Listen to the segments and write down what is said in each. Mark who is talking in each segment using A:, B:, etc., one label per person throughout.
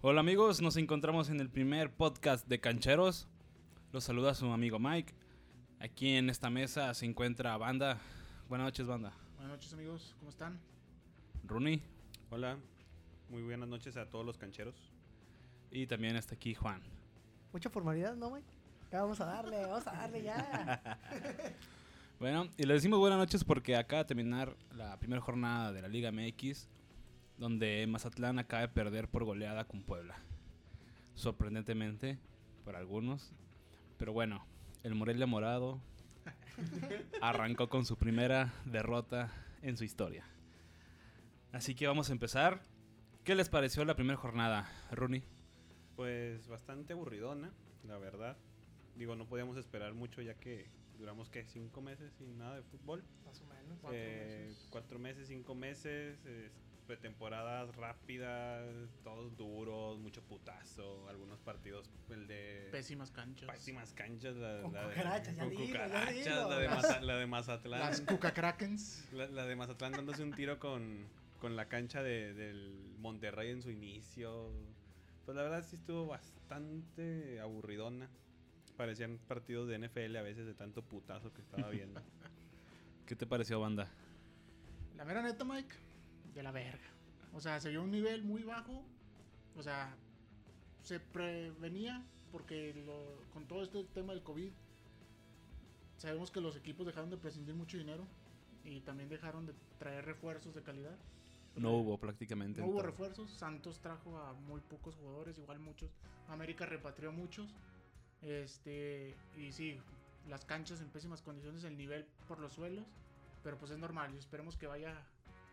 A: Hola amigos, nos encontramos en el primer podcast de Cancheros. Los saluda su amigo Mike. Aquí en esta mesa se encuentra Banda. Buenas noches, Banda.
B: Buenas noches amigos, ¿cómo están?
A: Rooney.
C: Hola, muy buenas noches a todos los cancheros.
A: Y también está aquí Juan.
D: Mucha formalidad, ¿no, Mike? Ya vamos a darle, vamos a darle ya.
A: Bueno, y le decimos buenas noches porque acaba de terminar la primera jornada de la Liga MX, donde Mazatlán acaba de perder por goleada con Puebla. Sorprendentemente, para algunos. Pero bueno, el Morelia Morado arrancó con su primera derrota en su historia. Así que vamos a empezar. ¿Qué les pareció la primera jornada, Rooney?
C: Pues bastante aburridona, la verdad. Digo, no podíamos esperar mucho ya que duramos que cinco meses sin nada de fútbol.
D: Más o menos.
C: Cuatro, meses. cuatro meses, cinco meses, eh, pretemporadas rápidas, todos duros, mucho putazo, algunos partidos, el de
B: Pésimas canchas.
C: pésimas canchas, la,
D: Con
C: la de
D: cucarachas, ya
C: con
D: dilo, ya
C: cucarachas,
D: dilo.
C: la de,
D: Las-
C: Maza- la de Mazatlán.
B: Las Cuca Krakens.
C: La, la de Mazatlán dándose un tiro con, con la cancha de- del Monterrey en su inicio. Pues la verdad sí estuvo bastante aburridona. Parecían partidos de NFL a veces de tanto putazo que estaba viendo.
A: ¿Qué te pareció, banda?
B: La mera neta, Mike, de la verga. O sea, se vio un nivel muy bajo. O sea, se prevenía porque lo- con todo este tema del COVID, sabemos que los equipos dejaron de prescindir mucho dinero y también dejaron de traer refuerzos de calidad.
A: No hubo prácticamente.
B: No hubo
A: entonces.
B: refuerzos. Santos trajo a muy pocos jugadores, igual muchos. América repatrió a muchos. Este, y sí, las canchas en pésimas condiciones, el nivel por los suelos. Pero pues es normal y esperemos que vaya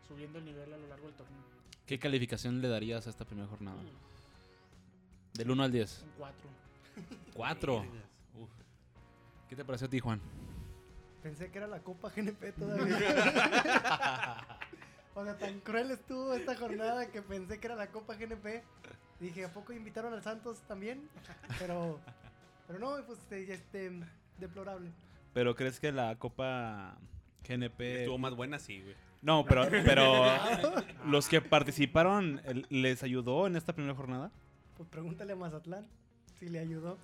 B: subiendo el nivel a lo largo del torneo.
A: ¿Qué calificación le darías a esta primera jornada?
B: Mm,
A: Del 1 al 10.
B: Son cuatro.
A: 4. ¿Qué te pareció a ti, Juan?
D: Pensé que era la Copa GNP todavía. o sea, tan cruel estuvo esta jornada que pensé que era la Copa GNP. Dije, ¿a poco invitaron al Santos también? Pero, pero no, pues este, este, deplorable.
A: ¿Pero crees que la Copa GNP...
C: Estuvo más buena, sí, güey.
A: No, pero, pero los que participaron, el- ¿les ayudó en esta primera jornada?
D: Pues pregúntale a Mazatlán si le ayudó.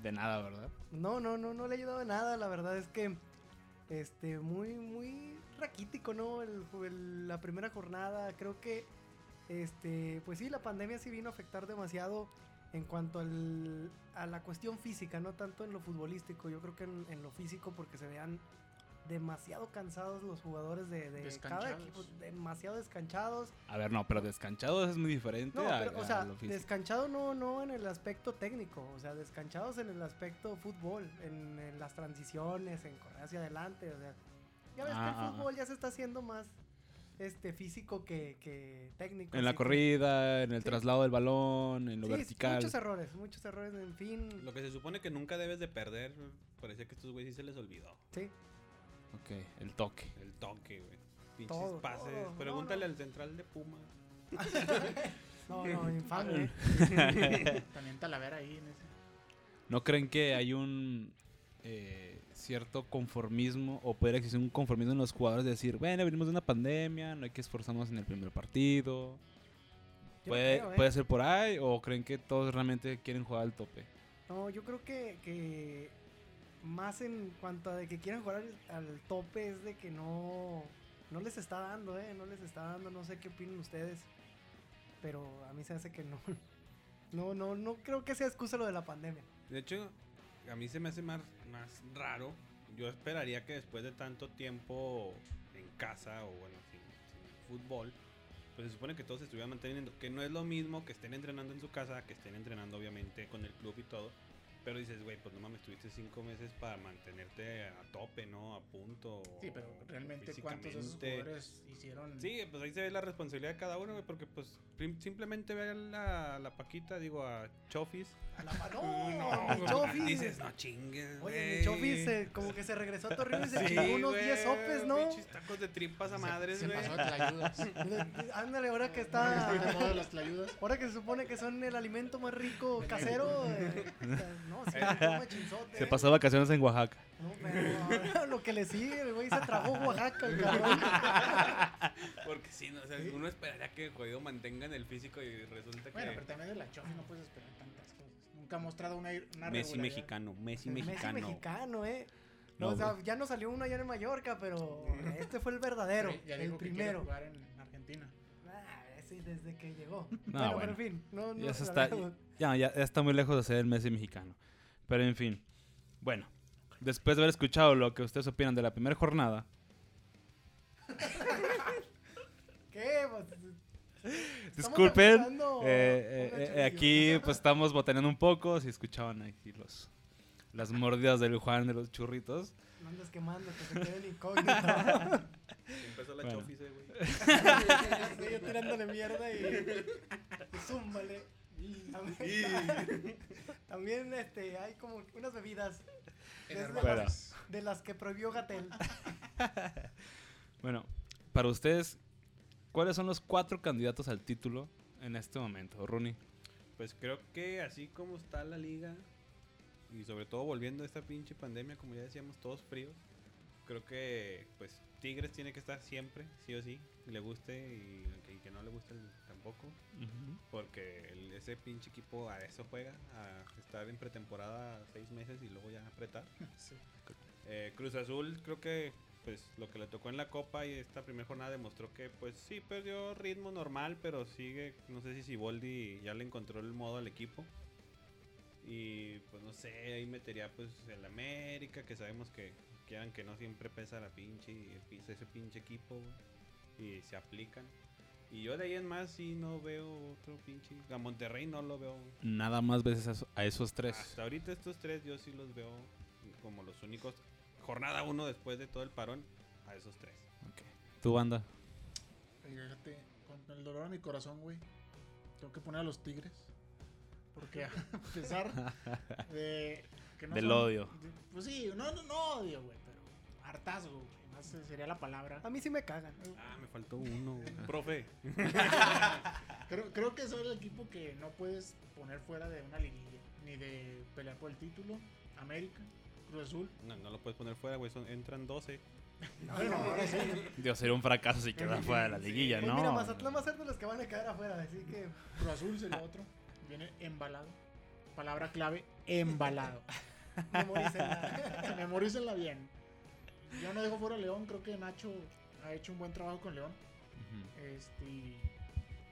A: De nada, ¿verdad?
D: No, no, no, no le ha ayudado en nada. La verdad es que, este, muy, muy raquítico, ¿no? El, ju- el- la primera jornada, creo que, este, pues sí, la pandemia sí vino a afectar demasiado en cuanto al- a la cuestión física, no tanto en lo futbolístico. Yo creo que en, en lo físico, porque se vean demasiado cansados los jugadores de, de cada
B: Descanchados.
D: equipo, demasiado descanchados.
A: A ver, no, pero descanchados es muy diferente
D: No,
A: a,
D: pero, o
A: a
D: sea,
A: lo físico.
D: descanchado no, no en el aspecto técnico, o sea, descanchados en el aspecto fútbol, en, en las transiciones, en correr hacia adelante, o sea, ya ves que
A: Ah, ah,
D: el fútbol ya se está haciendo más este físico que, que técnico.
A: En la
D: así que-
A: corrida, en el
D: Sí.
A: traslado del balón, en lo
D: Sí,
A: vertical.
D: Muchos errores, muchos errores, en fin.
C: Lo que se supone que nunca debes de perder, parecía que a estos güeyes sí se les olvidó.
D: Sí,
A: Ok, el toque.
C: El toque, güey. Pinches
D: Todo,
C: pases.
D: todo, no,
C: Pregúntale
D: no.
C: al central de Puma.
D: no, no, infame. ¿eh?
B: También Talavera ahí en ese.
A: ¿No creen que hay un eh, cierto conformismo o puede existir un conformismo en los jugadores de decir, bueno, venimos de una pandemia, no hay que esforzarnos en el primer partido?
D: Yo
A: ¿Puede,
D: creo, ¿eh?
A: ¿Puede ser por ahí o creen que todos realmente quieren jugar al tope?
D: No, yo creo que, que más en cuanto a de que quieran jugar al, al tope es de que no, no les está dando, ¿eh? No les está dando, no sé qué opinan ustedes. Pero a mí se hace que no. No, no, no creo que sea excusa lo de la pandemia.
C: De hecho, a mí se me hace más, más raro. Yo esperaría que después de tanto tiempo en casa o bueno, sin, sin fútbol, pues se supone que todos se estuvieran manteniendo. Que no es lo mismo que estén entrenando en su casa, que estén entrenando obviamente con el club y todo. Pero dices, güey, pues no mames, estuviste cinco meses para mantenerte a tope, ¿no? A punto.
B: Sí, pero realmente cuántos de esos
C: físicamente.
B: jugadores hicieron.
C: Sí, pues ahí se ve la responsabilidad de cada uno, güey, porque pues prim- simplemente ve a la, la Paquita, digo, a Chofis.
D: A la mano.
C: No,
D: mi
C: güey,
D: Ah, Chofis.
C: Dices, no chingues,
D: Oye,
C: güey".
D: mi Chofis se- como que se regresó a Torreón y se
C: Sí,
D: chingó unos
C: güey,
D: 10 sopes, ¿no?
C: pinches tacos de tripas a madres,
B: se,
C: güey.
B: pasó de tlayudas.
D: Ándale, ahora que
B: Está de
D: está.
B: moda las tlayudas.
D: Ahora que se supone que son el alimento más rico casero. eh, No, sí, fue un mechinzote.
A: Se pasó vacaciones en Oaxaca.
D: No, pero lo que le sigue, el güey se tragó Oaxaca, el cabrón.
C: Porque sí, no, o sea, uno esperaría que jodido mantengan el físico y resulta
B: Bueno,
C: que.
B: pero también de la Chofi no puedes esperar tantas cosas. Nunca ha mostrado una, una
C: Messi
B: regularidad.
C: mexicano, Messi mexicano.
D: Messi mexicano, eh.
A: No,
D: o sea,
A: güey.
D: ya no salió uno allá en Mallorca, pero este fue el verdadero,
B: Ya
D: el
B: dijo que quiere
D: primero.
B: jugar en Argentina.
D: Ah, ese desde que llegó.
A: No,
D: bueno,
A: bueno.
D: pero en fin, no, no
A: Ya, se está,
D: sabemos.
A: ya, ya- ya está muy lejos de ser el Messi mexicano. Pero en fin. Bueno, después de haber escuchado lo que ustedes opinan de la primera jornada,
D: ¿Qué? Pues, Estamos
A: disculpen.
D: analizando
A: eh,
D: una
A: eh, eh,
D: Champions.
A: aquí pues estamos botaneando un poco. Si escuchaban aquí los, las mordidas del Juan de los churritos.
D: No andes quemando, que se queden incógnitos.
C: Empezó la
A: Bueno.
C: chofice, güey.
D: Yo tirándole mierda y. y zúmbale. También, también, este, hay como unas bebidas
B: En
D: Desde-
A: Bueno.
B: Herbalife.
D: de las que prohibió Gatel.
A: Bueno, para ustedes, ¿cuáles son los cuatro candidatos al título en este momento, Rooney?
C: Pues creo que así como está la liga, y sobre todo volviendo a esta pinche pandemia, como ya decíamos, todos fríos, creo que pues Tigres tiene que estar siempre, sí o sí, le guste y, y que no le guste el- tampoco, porque el- ese pinche equipo a eso juega, a estar en pretemporada seis meses y luego ya apretar.
B: Sí.
C: Eh, Cruz Azul creo que pues lo que le tocó en la copa y esta primera jornada demostró que pues sí perdió ritmo normal, pero sigue, no sé si Siboldi ya le encontró el modo al equipo. Y pues no sé, ahí metería pues el América, que sabemos que quieran que no siempre pesa la pinche pisa ese pinche equipo güey, y se aplican. Y yo de ahí en más sí no veo otro pinche. A Monterrey no lo veo. güey.
A: Nada más veces a, eso- a esos tres.
C: Hasta ahorita estos tres yo sí los veo como los únicos. Jornada uno después de todo el parón, a esos tres.
A: Ok. ¿Tu banda?
B: Fíjate, con el dolor a mi corazón, güey. Tengo que poner a los tigres. Porque a pesar de que
A: Del
B: son-
A: odio.
B: de- pues sí, no, no, no odio, güey, pero hartazgo, güey. Más eh, sería la palabra.
D: A mí sí me cagan.
C: Ah, me faltó uno. Profe.
B: Creo, creo que son el equipo que no puedes poner fuera de una liguilla. Ni de pelear por el título. América, Cruz Azul.
C: No, no lo puedes poner fuera, güey. son- entran 12.
B: Bueno, ahora sí.
A: Dios, sería un fracaso si queda fuera de la liguilla,
D: Pues
A: ¿no?
D: mira, Mazatlán va a ser de los que van a quedar afuera, así que.
B: Cruz Azul es el otro. Viene embalado. Palabra clave, embalado.
D: Memorícenla.
B: Memorícenla bien. Yo no dejo fuera a León, creo que Nacho ha hecho un buen trabajo con León.
A: Ujú.
B: Este, y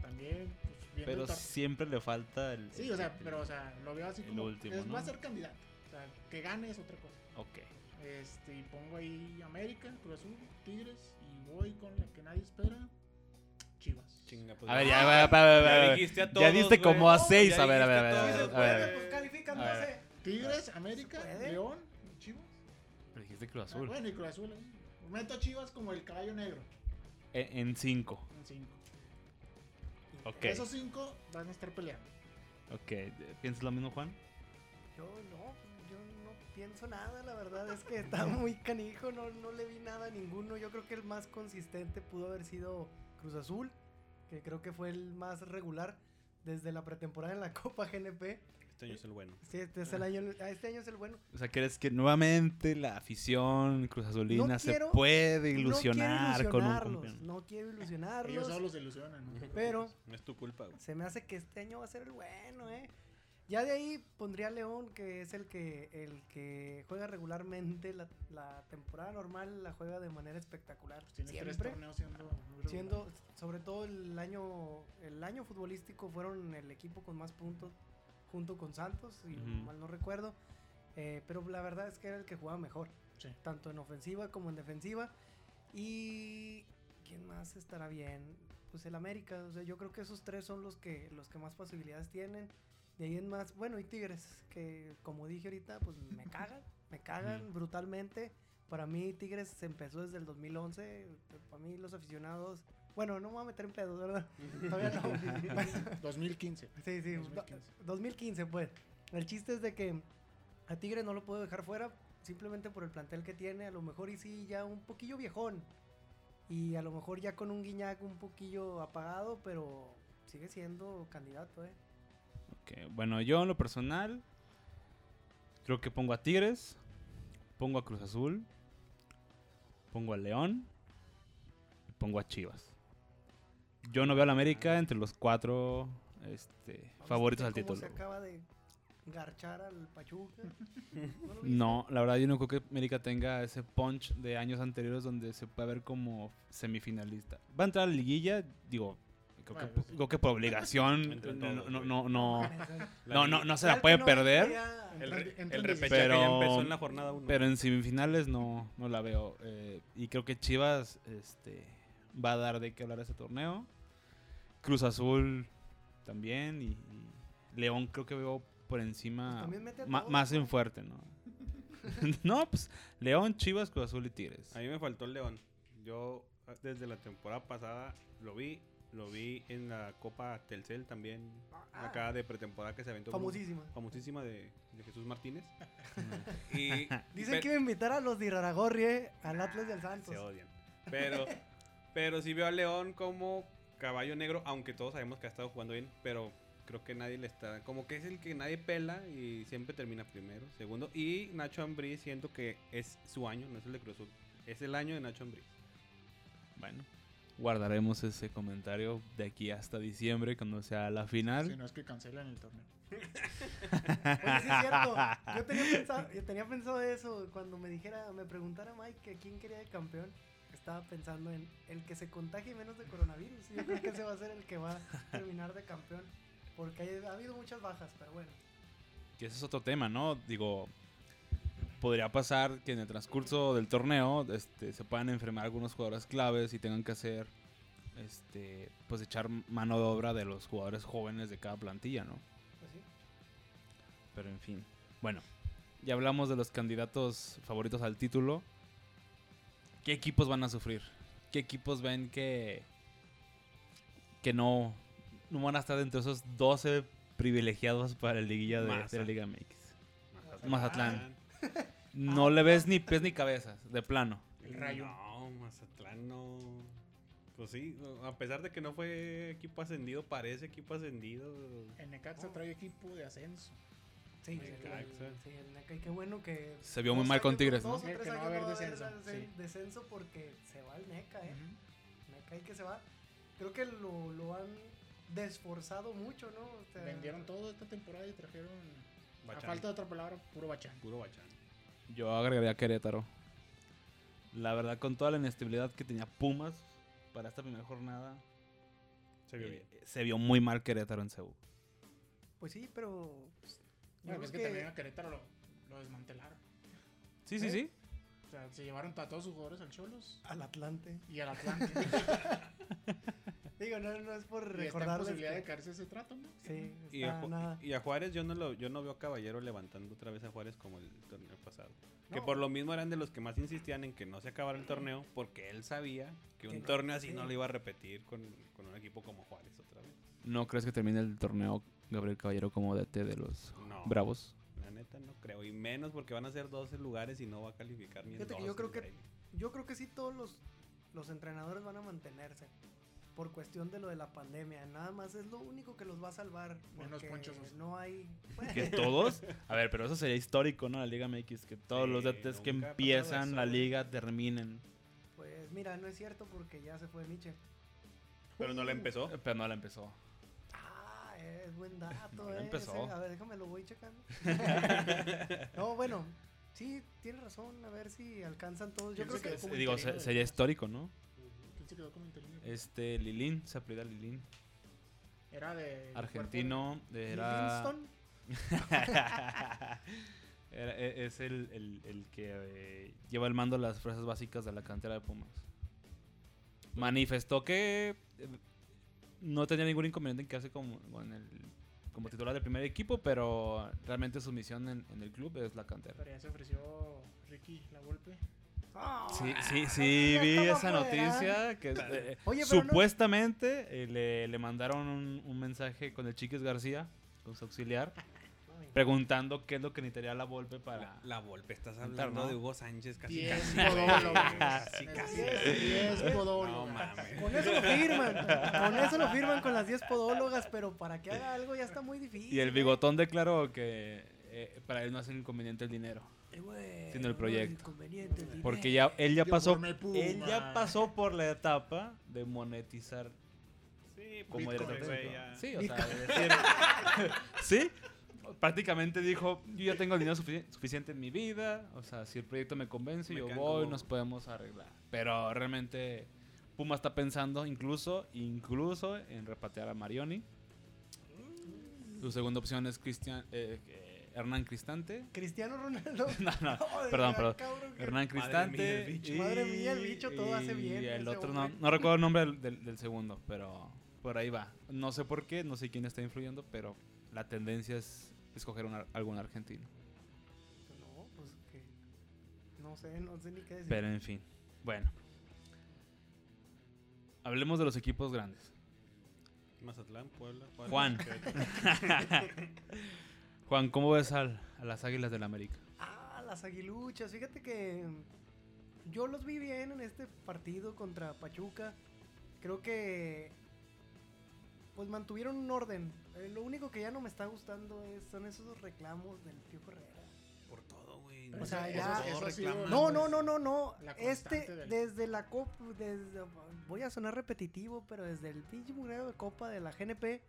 B: también, pues, viendo
A: Pero
B: el tor-
A: siempre le falta el.
B: Sí, o sea, pero o sea, lo veo así
A: el
B: como
A: último,
B: es-
A: ¿no?
B: va a ser candidato. O sea, que gane es otra cosa.
A: Ok.
B: Este, y pongo ahí América, Cruz Azul, Tigres y voy con la que nadie espera, Chivas.
C: Chinga, pues,
A: A ver, ya,
C: ah,
A: va, va, va, va,
C: ya
A: va.
C: dijiste a
A: Ya
C: todos.
A: diste
C: güey.
A: como a
C: No,
A: seis,
C: ya
A: a ver, a ver,
C: dijiste
A: a ver,
C: todos,
A: a ver.
C: güey.
D: Pues califican
A: A ver.
D: 12.
B: Tigres, América,
D: puede?
B: León, Chivas.
A: Pero dijiste Cruz
B: Ah,
A: Azul.
B: bueno, y Cruz Azul. ahí. Meto a Chivas como el caballo negro
A: E- En cinco.
B: en cinco.
A: Ok.
B: Esos cinco van a estar peleando.
A: Ok. ¿Piensas lo mismo, Juan?
D: Yo no, yo no pienso nada, la verdad es que está muy canijo, no, no le vi nada a ninguno. Yo creo que el más consistente pudo haber sido Cruz Azul, que creo que fue el más regular desde la pretemporada en la Copa GNP.
C: Este año es el bueno.
D: Sí, este, es el
A: Ah.
D: año, este año es el bueno.
A: O sea, ¿crees que nuevamente la afición Cruz Azulina
D: No
A: se
D: quiero-
A: puede
D: No
A: ilusionar
D: quiero
A: con un
D: ilusionarlos,
A: campeón?
D: No quiero
B: Ellos
D: ilusionarlos.
B: solo los ilusionan, ¿no?
D: Pero
C: No es tu culpa, güey.
D: se me hace que este año va a ser el bueno, ¿eh? Ya de ahí pondría a León, que es el que, el que juega regularmente. La, la temporada normal la juega de manera espectacular.
B: Pues tiene tres
D: Siempre.
B: torneos siendo muy regular.
D: Siendo, sobre todo el año, el año futbolístico, fueron el equipo con más puntos junto con Santos, si
A: Ujú.
D: mal no recuerdo. Eh, pero la verdad es que era el que jugaba mejor,
B: Sí.
D: tanto en ofensiva como en defensiva. Y ¿quién más estará bien? Pues el América, o sea, yo creo que esos tres son los que, los que más posibilidades tienen. De ahí en más, bueno, y Tigres, que como dije ahorita, pues me cagan, me cagan
A: Ujú.
D: brutalmente. Para mí Tigres se empezó desde el 2011, para mí los aficionados, bueno, no me voy a meter en pedos, ¿verdad? Todavía no.
B: 2015.
D: sí, sí,
B: 2015.
D: 2015 pues. El chiste es de que a Tigres no lo puedo dejar fuera simplemente por el plantel que tiene, a lo mejor y sí ya un poquillo viejón. Y a lo mejor ya con un guiñac un poquillo apagado, pero sigue siendo candidato, ¿eh?
A: Ok, Bueno, yo en lo personal Creo que pongo a Tigres, pongo a Cruz Azul, pongo a León y pongo a Chivas. Yo no veo al
D: Ah.
A: América entre los cuatro este, favoritos al
D: ¿Viste cómo
A: título.
D: se acaba de garchar al Pachuca? ¿No
C: pues.
D: lo viste?
A: No, la verdad yo no creo que América tenga ese punch de años anteriores donde se puede ver como semifinalista. Va a entrar a la liguilla, digo, creo,
B: Bueno,
A: que,
B: sí.
A: creo que por obligación.
C: Entre
A: no,
C: todos,
A: no,
C: güey.
A: no, no,
C: La
A: no,
C: liga-
A: no, no se
D: Real
A: la
D: que
A: puede
D: no
A: perder,
D: vea.
C: El, re-
B: Entran-
C: el
B: entran
C: repechaje
A: pero-
C: ya empezó en la jornada 1.
A: pero en semifinales no, no la veo. eh, y creo que Chivas este, va a dar de qué hablar ese torneo. Cruz Azul también y, y León creo que veo por encima
D: Pues también mete a
A: ma-
D: todos,
A: más en fuerte, ¿no? no, pues León, Chivas, Cruz Azul y Tigres.
C: A mí me faltó el León. Yo ah, desde la temporada pasada lo vi. Lo vi en la Copa Telcel también.
D: Ah,
C: acá de pretemporada que se aventó. con-
D: Famosísima.
C: Famosísima de, de Jesús Martínez. y,
D: Dicen
C: pe-
D: que iba a invitar a los de Iraragorri, eh, al Atlas del Santos.
C: Se
B: Pues.
C: odian. Pero, pero sí veo a León como caballo negro, aunque todos sabemos que ha estado jugando bien, pero creo que nadie le está. Como que es el que nadie pela y siempre termina primero, segundo. Y Nacho Ambriz siento que es su año, no es el de Cruz Azul. Es el año de Nacho Ambriz.
A: Bueno, guardaremos ese comentario de aquí hasta diciembre, cuando sea la final.
B: Si no es que cancelan el torneo.
D: Oye, sí es cierto. Yo tenía, pensado, yo tenía pensado eso cuando me dijera, me preguntara Mike que quién quería de campeón. Estaba pensando en el que se contagie menos de coronavirus. Yo creo que ese va a ser el que va a terminar de campeón. Porque hay- ha habido muchas bajas, pero bueno.
A: Que ese es otro tema, ¿no? Digo, podría pasar que en el transcurso del torneo este, se puedan enfermar algunos jugadores claves y tengan que hacer, este, pues echar mano de obra de los jugadores jóvenes de cada plantilla, ¿no?
D: Pues sí.
A: Pero en fin. Bueno, ya hablamos de los candidatos favoritos al título. ¿Qué equipos van a sufrir? ¿Qué equipos ven que, que no, no van a estar dentro de esos 12 privilegiados para el liguilla de, de la
C: Maza.
A: Liga MX?
C: Mazatlán.
A: Mazatlán. No le ves ni pies ni cabezas, de plano.
B: El rayo.
C: No, Mazatlán no. Pues sí, no, a pesar de que no fue equipo ascendido, parece equipo ascendido.
B: El Necaxa trae equipo de ascenso.
D: Sí, el,
C: Necaxa.
D: sí, el Neca- y qué bueno que.
A: Se vio muy
D: dos
A: mal con
D: años-
A: Tigres,
D: dos
A: ¿no?
D: o
B: Sí,
D: tres
B: que no va a
D: años
B: haber
D: no va a haber
B: descenso,
D: des-
B: sí.
D: descenso porque se va el Neca, ¿eh?
B: Ujú.
D: Me cae que se va. Creo que lo, lo han desforzado mucho, ¿no? O sea,
B: Vendieron todo esta temporada y trajeron, a
C: Bachán.
B: falta de otra palabra, puro bachán.
C: Puro bachán.
A: Yo agregaría a Querétaro. La verdad, con toda la inestabilidad que tenía Pumas para esta primera jornada,
C: Se vio
A: eh,
C: bien.
A: se vio muy mal Querétaro en Seúl.
D: Pues sí, pero. yo
B: Bueno,
D: creo
B: es que,
D: que-
B: también a Querétaro lo, lo desmantelaron.
A: Sí, sí,
D: ¿Eh?
A: sí.
B: O sea, se llevaron a todos sus jugadores al Cholos
D: Al Atlante.
B: y al Atlántico.
D: Digo, no, no es por
B: y está en
D: recordarles.
B: posibilidad de
D: que-
B: caerse ese trato, ¿no?
D: Sí,
C: Y
D: está
C: a, Ju-
D: Ah, nada.
C: y a Juárez yo no lo, yo no veo a Caballero levantando otra vez a Juárez como el torneo pasado. Que
D: No.
C: por lo mismo eran de los que más insistían en que no se acabara el torneo porque él sabía que
D: Que
C: un
D: no,
C: torneo así
D: sí.
C: no lo iba a repetir con, con un equipo como Juárez otra vez.
A: ¿No crees que termine el torneo Gabriel Caballero como DT de los
C: No,
A: Bravos?
C: la neta no creo. Y menos porque van a ser 12 lugares y no va a calificar ni en
D: Fíjate que yo
C: 12,
D: creo que-
C: güey.
D: Yo creo que sí, todos los, los entrenadores van a mantenerse. Por cuestión de lo de la pandemia. Nada más es lo único que los va a salvar.
B: Unos
D: porque
B: Poncho Sosa.
D: No hay.
A: Que todos. A ver, pero eso sería histórico, ¿no? La Liga MX, que todos
C: Sí,
A: los DTs que
C: nunca ha pasado
A: empiezan la
C: eso.
A: liga terminen.
D: Pues mira, no es cierto porque ya se fue Nietzsche.
C: Pero no la empezó.
A: Pero no la empezó.
D: Ah, es buen dato,
A: No, no
D: eh.
A: empezó.
D: ese- a ver, déjame lo voy checando. no, bueno, sí, tiene razón. A ver si alcanzan todos. Yo
B: Yo
D: creo
B: sé
D: que.
B: que
A: Es-
B: como
A: digo,
B: interino
A: se-
B: de
A: sería
B: Chivas.
A: histórico, ¿no?
B: ¿Quién se quedó como interino?
A: Este, Lilín, se apellida Lilín.
B: Era de...
A: Argentino, era...
D: Livingston,
A: Era- e- es el, el- el que eh, lleva el mando las fuerzas básicas de la cantera de Pumas. Manifestó que eh, no tenía ningún inconveniente en quedarse como, con el- como titular del primer equipo, pero realmente su misión en, en el club es la cantera.
B: Pero ya se ofreció Ricky la golpe.
D: Ah,
A: Sí, sí, sí,
D: ya
A: vi
D: estaba
A: esa
D: apoderado.
A: noticia que eh,
D: Oye, pero no-
A: supuestamente eh, le, le mandaron un, un mensaje con el Chiquis García, con su auxiliar,
D: Ay,
A: preguntando qué es lo que necesitaría la Volpe
D: Ah.
A: para...
C: La, la Volpe, estás
A: Entrar,
C: hablando
A: ¿no?
C: de Hugo Sánchez casi.
B: Diez
C: casi,
B: podólogos.
C: güey. Casi, casi.
B: Necesitas Diez
C: No
B: podólogos.
C: mames.
D: Con eso lo firman. Con eso lo firman con las 10 podólogas, pero para que haga algo ya está muy difícil.
A: Y el
D: ¿eh?
A: bigotón declaró que eh, para él no es el inconveniente el dinero.
D: Eh, güey,
A: Siendo el
D: no,
A: proyecto.
D: inconveniente, el
A: Porque
D: dinero.
A: ya él ya
B: Yo
A: pasó
B: formé Puma.
A: él ya pasó por la etapa de monetizar
C: Sí, pues,
A: como
B: Bitcoin,
A: director
C: güey,
A: técnico.
C: ya.
A: Sí, o sea, de decir, sí, prácticamente dijo, yo ya tengo el dinero sufici- suficiente en mi vida, o sea, si el proyecto me convence,
C: Me
A: yo
C: quedan
A: voy,
C: como-
A: nos podemos arreglar. Pero realmente Puma está pensando incluso incluso en repatear a Marioni. Su segunda opción es Cristian eh, eh, Hernán Cristante.
D: Cristiano Ronaldo.
A: No, no,
D: Joder,
A: perdón, perdón.
D: cabrón, que-
A: Hernán Cristante.
C: mía, el bicho.
D: Madre mía, el bicho todo hace bien
A: Y el
D: ese
A: otro, no,
D: hombre.
A: no recuerdo el nombre del, del- del segundo, pero por ahí va. No sé por qué, no sé quién está influyendo, pero la tendencia es escoger un ar- algún argentino.
D: No, pues que. No sé, no sé ni qué decir.
A: Pero en fin, bueno. Hablemos de los equipos grandes.
C: Mazatlán, Puebla.
A: Juan.
C: Querétaro.
A: Juan, ¿cómo ves al- a las Águilas del América?
D: Ah, las aguiluchas. Fíjate que mm, yo los vi bien en este partido contra Pachuca. Creo que pues mantuvieron un orden. Eh, lo único que ya no me está gustando es- son esos reclamos del Piojo Herrera.
C: Por todo, güey.
D: O sea, ya-
C: Por todo
B: eso ha sido-
C: reclaman,
D: No,
C: güey.
D: no, no, no, no.
B: La constante
D: Este,
B: del-
D: desde la Copa, desde, voy a sonar repetitivo, pero desde el pinche mugrero de Copa de la GNP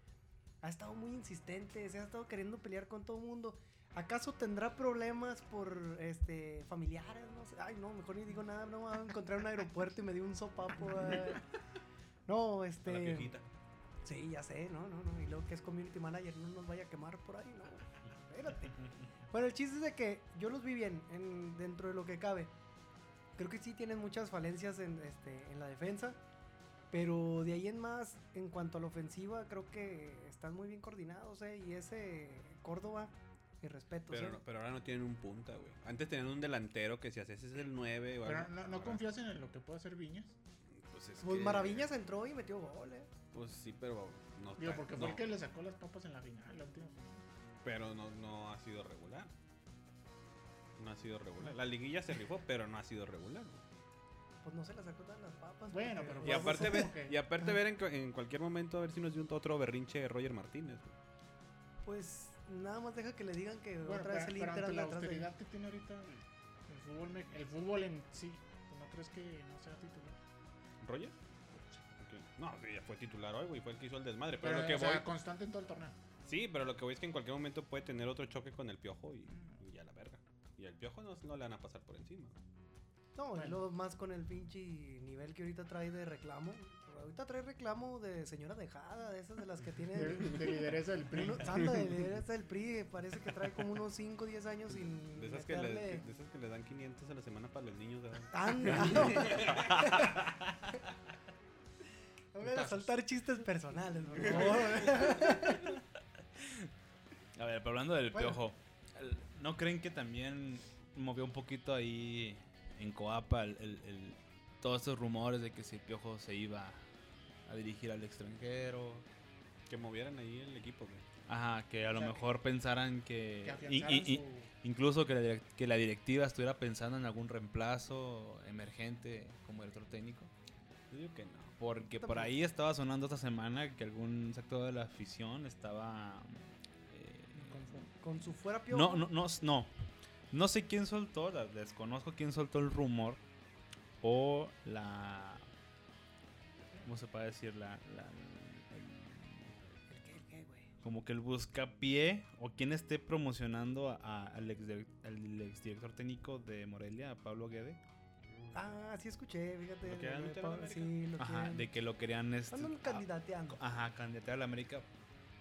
D: ha estado muy insistente, se ha estado queriendo pelear con todo el mundo. ¿Acaso tendrá problemas por este familiares? No sé. Ay, no, mejor ni digo nada, no me voy a encontrar un aeropuerto y me dio un sopapo. ay. No,
C: A la
D: este.
C: piojita.
D: Sí, ya sé, no, no, no. Y luego que es community manager, no nos vaya a quemar por ahí, no. Espérate. Bueno, el chiste es de que yo los vi bien en- dentro de lo que cabe. Creo que sí tienen muchas falencias en, este, en la defensa. Pero de ahí en más, en cuanto a la ofensiva, creo que están muy bien coordinados, ¿eh? Y ese Córdoba, eh. mi respeto.
C: Pero, no- pero ahora no tienen un punta, güey. Antes tenían un delantero que si haces es el 9 o
B: Pero
C: algo.
B: no, no
C: Ahora-
B: confías en lo que puede hacer Viñas.
C: Pues, es
D: Pues
C: que-
D: Maravillas entró y metió gol, ¿eh?
C: Pues sí, pero no
B: Digo,
C: está-
B: porque
C: no,
B: fue el que le sacó las papas en la final la última. vez.
C: Pero no, no ha sido regular. No ha sido regular. La liguilla se rifó, pero no ha sido regular. güey.
D: Pues no se la sacó tan las papas.
B: Bueno,
D: porque-
B: pero
C: Y
B: Pues,
C: aparte,
B: eso
C: ver,
B: como que-
C: y aparte ver en, cu- en cualquier momento a ver si nos dio un- otro berrinche de Roger Martínez. güey.
D: Pues nada más deja que le digan que
B: Bueno,
D: otra vez
B: pero-
D: el
B: pero
D: Inter
B: ante la
D: anda atrás de
B: austeridad que tiene ahorita el fútbol, me- el fútbol en sí, ¿no crees que no sea titular?
C: ¿Roger? Ok. No, sí, ya fue titular hoy, güey. Fue el que hizo el desmadre. Pero,
B: Pero,
C: lo que
B: o sea,
C: voy.
B: constante en todo el torneo.
C: Sí, pero lo que voy es que en cualquier momento puede tener otro choque con el piojo y, y a la verga. Y al piojo no, no le van a pasar por encima.
D: No, y
B: Bueno.
D: luego más con el pinche nivel que ahorita trae de reclamo. Ahorita trae reclamo de señora dejada, de esas de las que
B: De,
D: tiene.
B: de lideresa del PRI.
D: uno- Santa Eh. de lideresa del PRI, parece que trae como unos 5 o 10 años sin.
C: De esas, que le,
D: meterle-
C: de esas que les dan 500 a la semana para los niños. ¿verdad?
D: Anda, no. No me van a soltar chistes personales, por favor.
A: A ver, pero hablando del
B: Bueno.
A: piojo, el- ¿no creen que también movió un poquito ahí en Coapa el- el- el- todos estos rumores de que si el piojo se iba a dirigir al extranjero?
C: Que movieran ahí el equipo, güey.
A: Ajá, que a
B: O
A: lo
B: sea,
A: mejor pensaran que... y-
B: Que afianzaran
A: y- y-
B: su-
A: incluso que la, direc- que la directiva estuviera pensando en algún reemplazo emergente como director técnico.
C: Yo digo que no.
A: Porque por
D: Tampoco.
A: ahí estaba sonando esta semana que algún sector de la afición estaba... eh,
B: confu-
D: Con su fuera piojo.
A: No, no, no, no. No sé quién soltó, la- desconozco quién soltó el rumor o la... ¿Cómo se puede decir? La, la- el-
D: ¿El qué, el qué, güey?
A: como que el buscapié o quien esté promocionando a- al, exdir- al exdirector técnico de Morelia, a Pablo Guede.
D: Ah, sí escuché, fíjate.
C: ¿Lo
D: lo
C: querían
D: de
C: meter a la
D: Pablo-
C: América?
D: Sí, lo
A: Ajá,
D: quieren.
A: de que lo querían... Este,
D: Andan candidateando.
A: a- ajá, candidatar a la América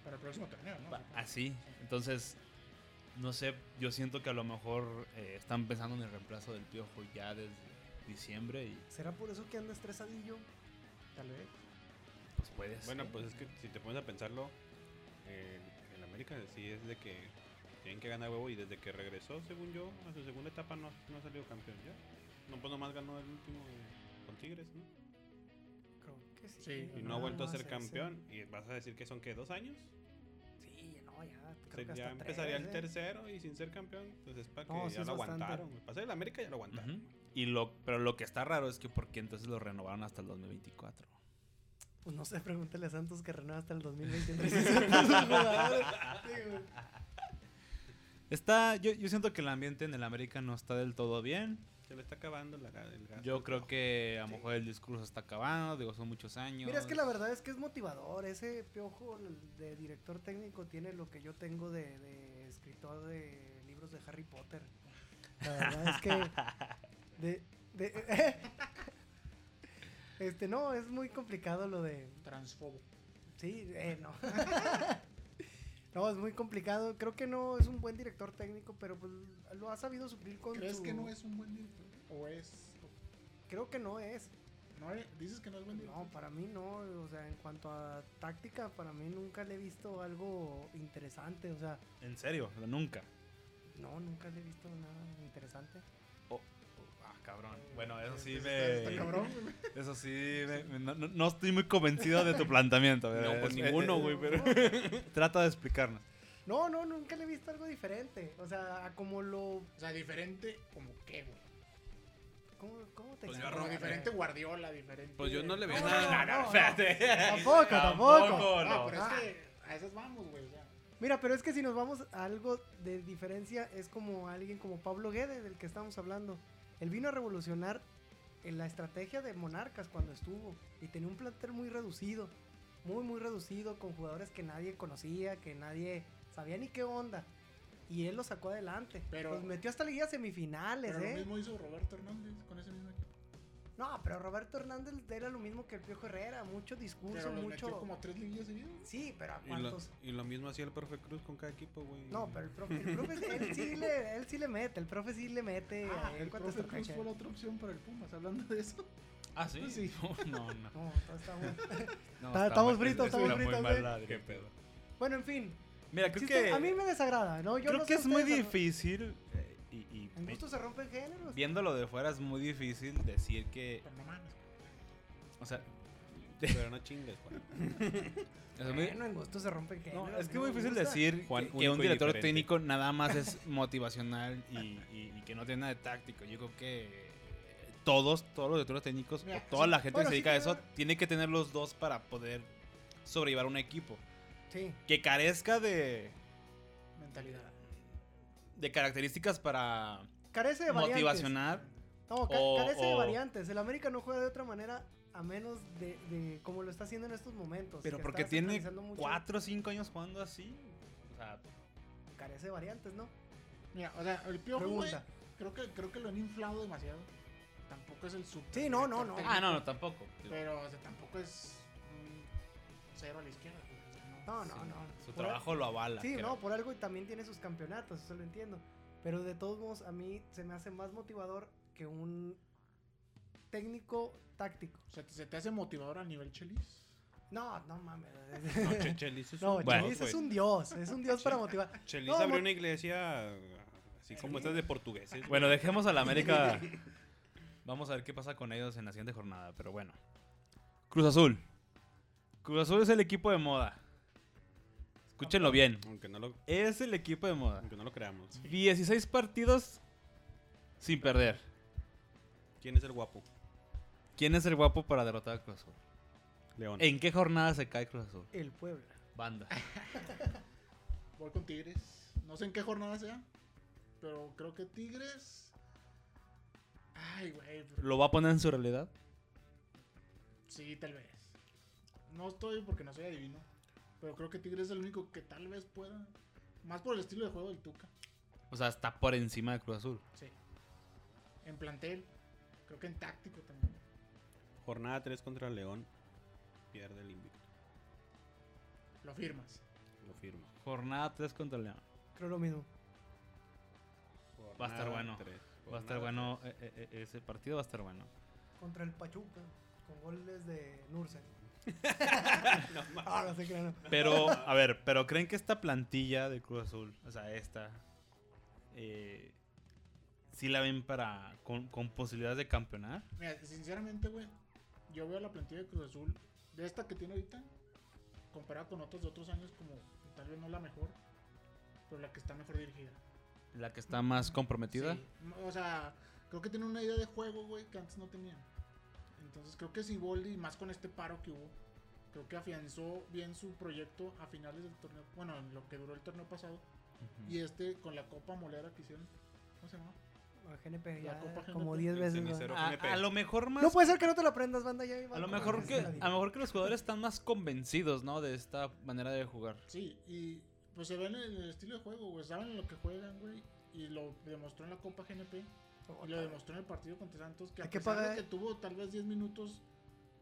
B: Para el próximo torneo, ¿no?
A: Pa-
C: ah.
A: Así. Entonces, no sé, yo siento que a lo mejor eh, están pensando en el reemplazo del piojo ya desde diciembre y
D: ¿Será por eso que anda estresadillo?
B: Tal vez.
A: pues puedes.
C: Bueno, pues es que si te pones a pensarlo, eh, el América sí es de que tienen que ganar huevo y desde que regresó, según yo, a su segunda etapa no, no ha salido campeón ya. No, pues nomás ganó el último eh, con Tigres, ¿no?
D: Creo que sí.
B: Sí.
C: Y
B: Pero
C: no ha
D: nada
C: vuelto a
D: más
C: ser
D: ese.
C: campeón. Y vas a decir que son que dos años.
D: Sí, no, ya.
C: O
D: Creo
C: sea,
D: que
C: ya
D: hasta tres,
C: empezaría el
D: ¿eh?
C: tercero y sin ser campeón, pues es para que
D: No, sí
C: ya
D: es
C: lo
D: bastante.
C: aguantaron. güey. Para ser el América ya lo aguantaron.
A: Ujú. y lo, pero lo que está raro es que porque entonces lo renovaron hasta el 2024.
D: Pues no sé, pregúntale a Santos que renueva hasta el 2023. y se puso a jugar. Sí, güey.
A: Está, yo, yo siento que el ambiente en el América no está del todo bien.
C: Se le está acabando la, el gas.
A: Yo creo que a lo mejor el discurso está acabado, digo, son muchos años.
D: Mira, es que la verdad es que es motivador. Ese piojo de director técnico tiene lo que yo tengo de, de escritor de libros de Harry Potter. La verdad es que. de- de- este, no, es muy complicado lo de.
B: Transfobo.
D: Sí, eh, no. No, es muy complicado. Creo que no es un buen director técnico, pero pues, lo ha sabido suplir con
B: ¿Crees
D: su-
B: que no es un buen director? ¿O es.?
D: Creo que no es.
B: No es- ¿Dices que no es buen director?
D: No, para mí no, o sea, en cuanto a táctica, para mí nunca le he visto algo interesante, o sea,
A: En serio, nunca.
D: no, nunca le he visto nada interesante.
A: Ah, cabrón. Bueno, eso sí
B: Está- está
A: me.
B: cabrón, güey.
A: Eso sí, me- me- no, no- no estoy muy convencido de tu planteamiento.
C: No,
A: Es-
C: pues ninguno,
A: eh,
C: güey, pero.
A: Trata de explicarnos.
D: No, no, nunca le he visto algo diferente, o sea, a como lo...
B: O sea, diferente como qué, güey.
D: ¿Cómo, cómo te Eh,
C: Pues yo
D: explico?
B: Como
C: arrojo-
B: diferente Guardiola, diferente.
C: Pues yo no le veo
D: No,
C: nada.
D: no, no,
A: espérate.
D: Tampoco, tampoco.
B: Ah,
A: no.
B: pero
D: Ah.
B: es que a esas vamos, güey. o sea.
D: Mira, pero es que si nos vamos a algo de diferencia, es como alguien como Pablo Guede, del que estamos hablando. Él vino a revolucionar en la estrategia de Monarcas cuando estuvo y tenía un plantel muy reducido, muy, muy reducido, con jugadores que nadie conocía, que nadie sabía ni qué onda. Y él lo sacó adelante.
B: Pero-
D: los metió hasta la liga semifinales,
B: Pero lo
D: ¿eh?
B: mismo hizo Roberto Hernández con ese mismo equipo.
D: No, pero Roberto Hernández era lo mismo que el Piojo Herrera, mucho discurso,
B: Pero los
D: mucho.
B: metió como a tres liguillas seguidas.
D: Sí, pero a
C: Y lo,
D: cuántos.
C: y lo mismo hacía el profe Cruz con cada equipo, güey.
D: No, pero el profe, el profe él, sí le, él sí le mete, el profe sí le mete.
B: Ah,
D: a él
B: el
D: cuando
B: profe
D: se
B: Cruz
D: cancha.
B: fue la otra opción para el Pumas, hablando de eso.
A: Ah, sí.
B: Sí.
A: No, no, no.
D: No, todo está bueno.
A: No,
D: Está-
A: está
D: estamos
A: muy-
D: fritos,
A: está
D: estamos
A: muy
D: fritos,
A: mal
D: güey.
A: la
C: Qué
A: directiva.
C: pedo.
D: Bueno, en fin.
A: Mira, creo
D: sí
A: que.
D: estoy- A mí me desagrada, ¿no? Yo
A: creo
D: no
A: que
D: sé
A: es muy
D: ustedes,
A: difícil. eh, y, y-
D: pero En gusto se rompen géneros.
A: viéndolo de fuera es muy difícil decir que.
B: Pero no mames.
A: O sea,
C: Pero no chingues, Juan.
A: es muy-
D: Bueno, en gusto se rompen
A: No,
D: géneros.
A: es que es
D: no
A: muy
D: me
A: difícil
D: gusta.
A: decir
C: Juan,
A: que, que
C: único
A: un
C: y
A: director
C: diferente.
A: técnico nada más es motivacional y, y- y que no tiene nada de táctico. Yo creo que todos, todos los directores técnicos,
B: Mira,
A: o toda
B: sí,
A: la gente
D: bueno,
A: que se
D: sí
A: dedica a
D: tiene-
A: eso, tiene que tener los dos para poder sobrellevar un equipo.
D: Sí.
A: Que carezca de,
B: Mentalidad.
A: de características para
D: Carece de variantes.
A: motivacionar.
D: No, ca-
A: o-
D: carece de
A: o-
D: variantes. El América no juega de otra manera a menos de, de como lo está haciendo en estos momentos.
A: Pero
D: que
A: porque
D: está
A: tiene
D: centralizando mucho.
A: 4 o 5 años jugando así. O sea,
D: Carece de variantes, ¿no?
B: Mira, o sea, el piojo, güey,
D: Pregunta.
B: creo que, creo que lo han inflado demasiado. Tampoco es el sub.
D: Sí, no, no, no.
A: ah, no, no, tampoco. Digo,
B: Pero, o sea, tampoco es un cero a la izquierda. güey, o sea,
D: No, no,
A: sí,
D: no.
A: Su
D: Por-
A: trabajo lo avala.
D: Sí,
A: creo.
D: no, por algo y también tiene sus campeonatos, eso lo entiendo. Pero de todos modos, a mí se me hace más motivador que un técnico táctico.
B: O sea, ¿se te hace motivador a nivel chelis?
D: No, no mames.
C: No, Che- Chelis es
D: No,
C: un
A: Bueno. pues.
D: Chelis
C: dios,
D: es
C: güey.
D: un dios, es un dios para motivar.
C: Chelis
D: No,
C: abrió
D: mo-
C: una iglesia así como estas de portugueses.
A: Bueno, dejemos a la América. Vamos a ver qué pasa con ellos en la siguiente jornada, pero bueno. Cruz Azul. Cruz Azul es el equipo de moda. Escúchenlo bien.
C: Aunque no lo,
A: Es el equipo de moda.
C: aunque no lo creamos.
A: 16 partidos sin perder.
C: ¿Quién es el guapo?
A: ¿Quién es el guapo para derrotar a Cruz Azul?
C: León.
A: ¿En qué jornada se cae Cruz Azul?
D: El pueblo.
A: Banda.
B: Voy con Tigres. No sé en qué jornada sea, pero creo que Tigres. Ay, güey. pues,
A: ¿Lo va a poner en su realidad?
B: Sí, tal vez. No estoy porque no soy adivino. Pero creo que Tigres es el único que tal vez pueda. Más por el estilo de juego del Tuca.
A: O sea, está por encima de Cruz Azul.
B: Sí. En plantel. Creo que en táctico también.
C: Jornada 3 contra León. Pierde el invicto.
B: Lo firmas.
C: Lo firmo.
A: Jornada 3 contra León.
D: Creo lo mismo.
A: Va a estar
C: Jornada
A: bueno.
C: tres,
A: Va a estar
C: jornada
A: bueno.
B: pues.
A: eh, eh, eh, ese partido va a estar bueno.
D: Contra el Pachuca, con goles de Nursen.
C: tres. No mames.
D: Ah, no sé qué no.
A: Pero, a ver, pero creen que esta plantilla de Cruz Azul, o sea, esta, eh, sí la ven para con, con posibilidades de campeonar.
B: Mira, sinceramente, güey. Yo veo la plantilla de Cruz Azul. De esta que tiene ahorita. Comparada con otros de otros años. Como tal vez no la mejor. Pero la que está mejor dirigida.
A: La que está más comprometida.
B: Sí, O sea, creo que tiene una idea de juego, güey, que antes no tenían. Entonces creo que si Boldi, más con este paro que hubo, creo que afianzó bien su proyecto a finales del torneo, bueno, en lo que duró el torneo pasado.
A: Ujú.
B: Y este con la Copa Molera que hicieron, ¿cómo se llama?
D: A GNP,
B: La
D: ya
B: Copa
D: como
B: GNP.
D: 10
C: El
D: veces.
C: cenicero.
D: ¿no?
A: A,
C: GNP.
A: a lo mejor más.
D: No puede ser que no te lo aprendas, banda. Ya iba
A: a lo
D: como
A: mejor que,
D: veces la
A: a
D: vida.
A: lo mejor que los jugadores están más convencidos, ¿no? De esta manera de jugar.
B: Sí, y pues se ven en el estilo de juego, güey, saben lo que juegan, güey. Y lo demostró en la Copa GNP. Y lo demostró en el partido contra Santos, que a
D: Hay que
B: pesar
D: pagar-
B: de que tuvo tal vez 10 minutos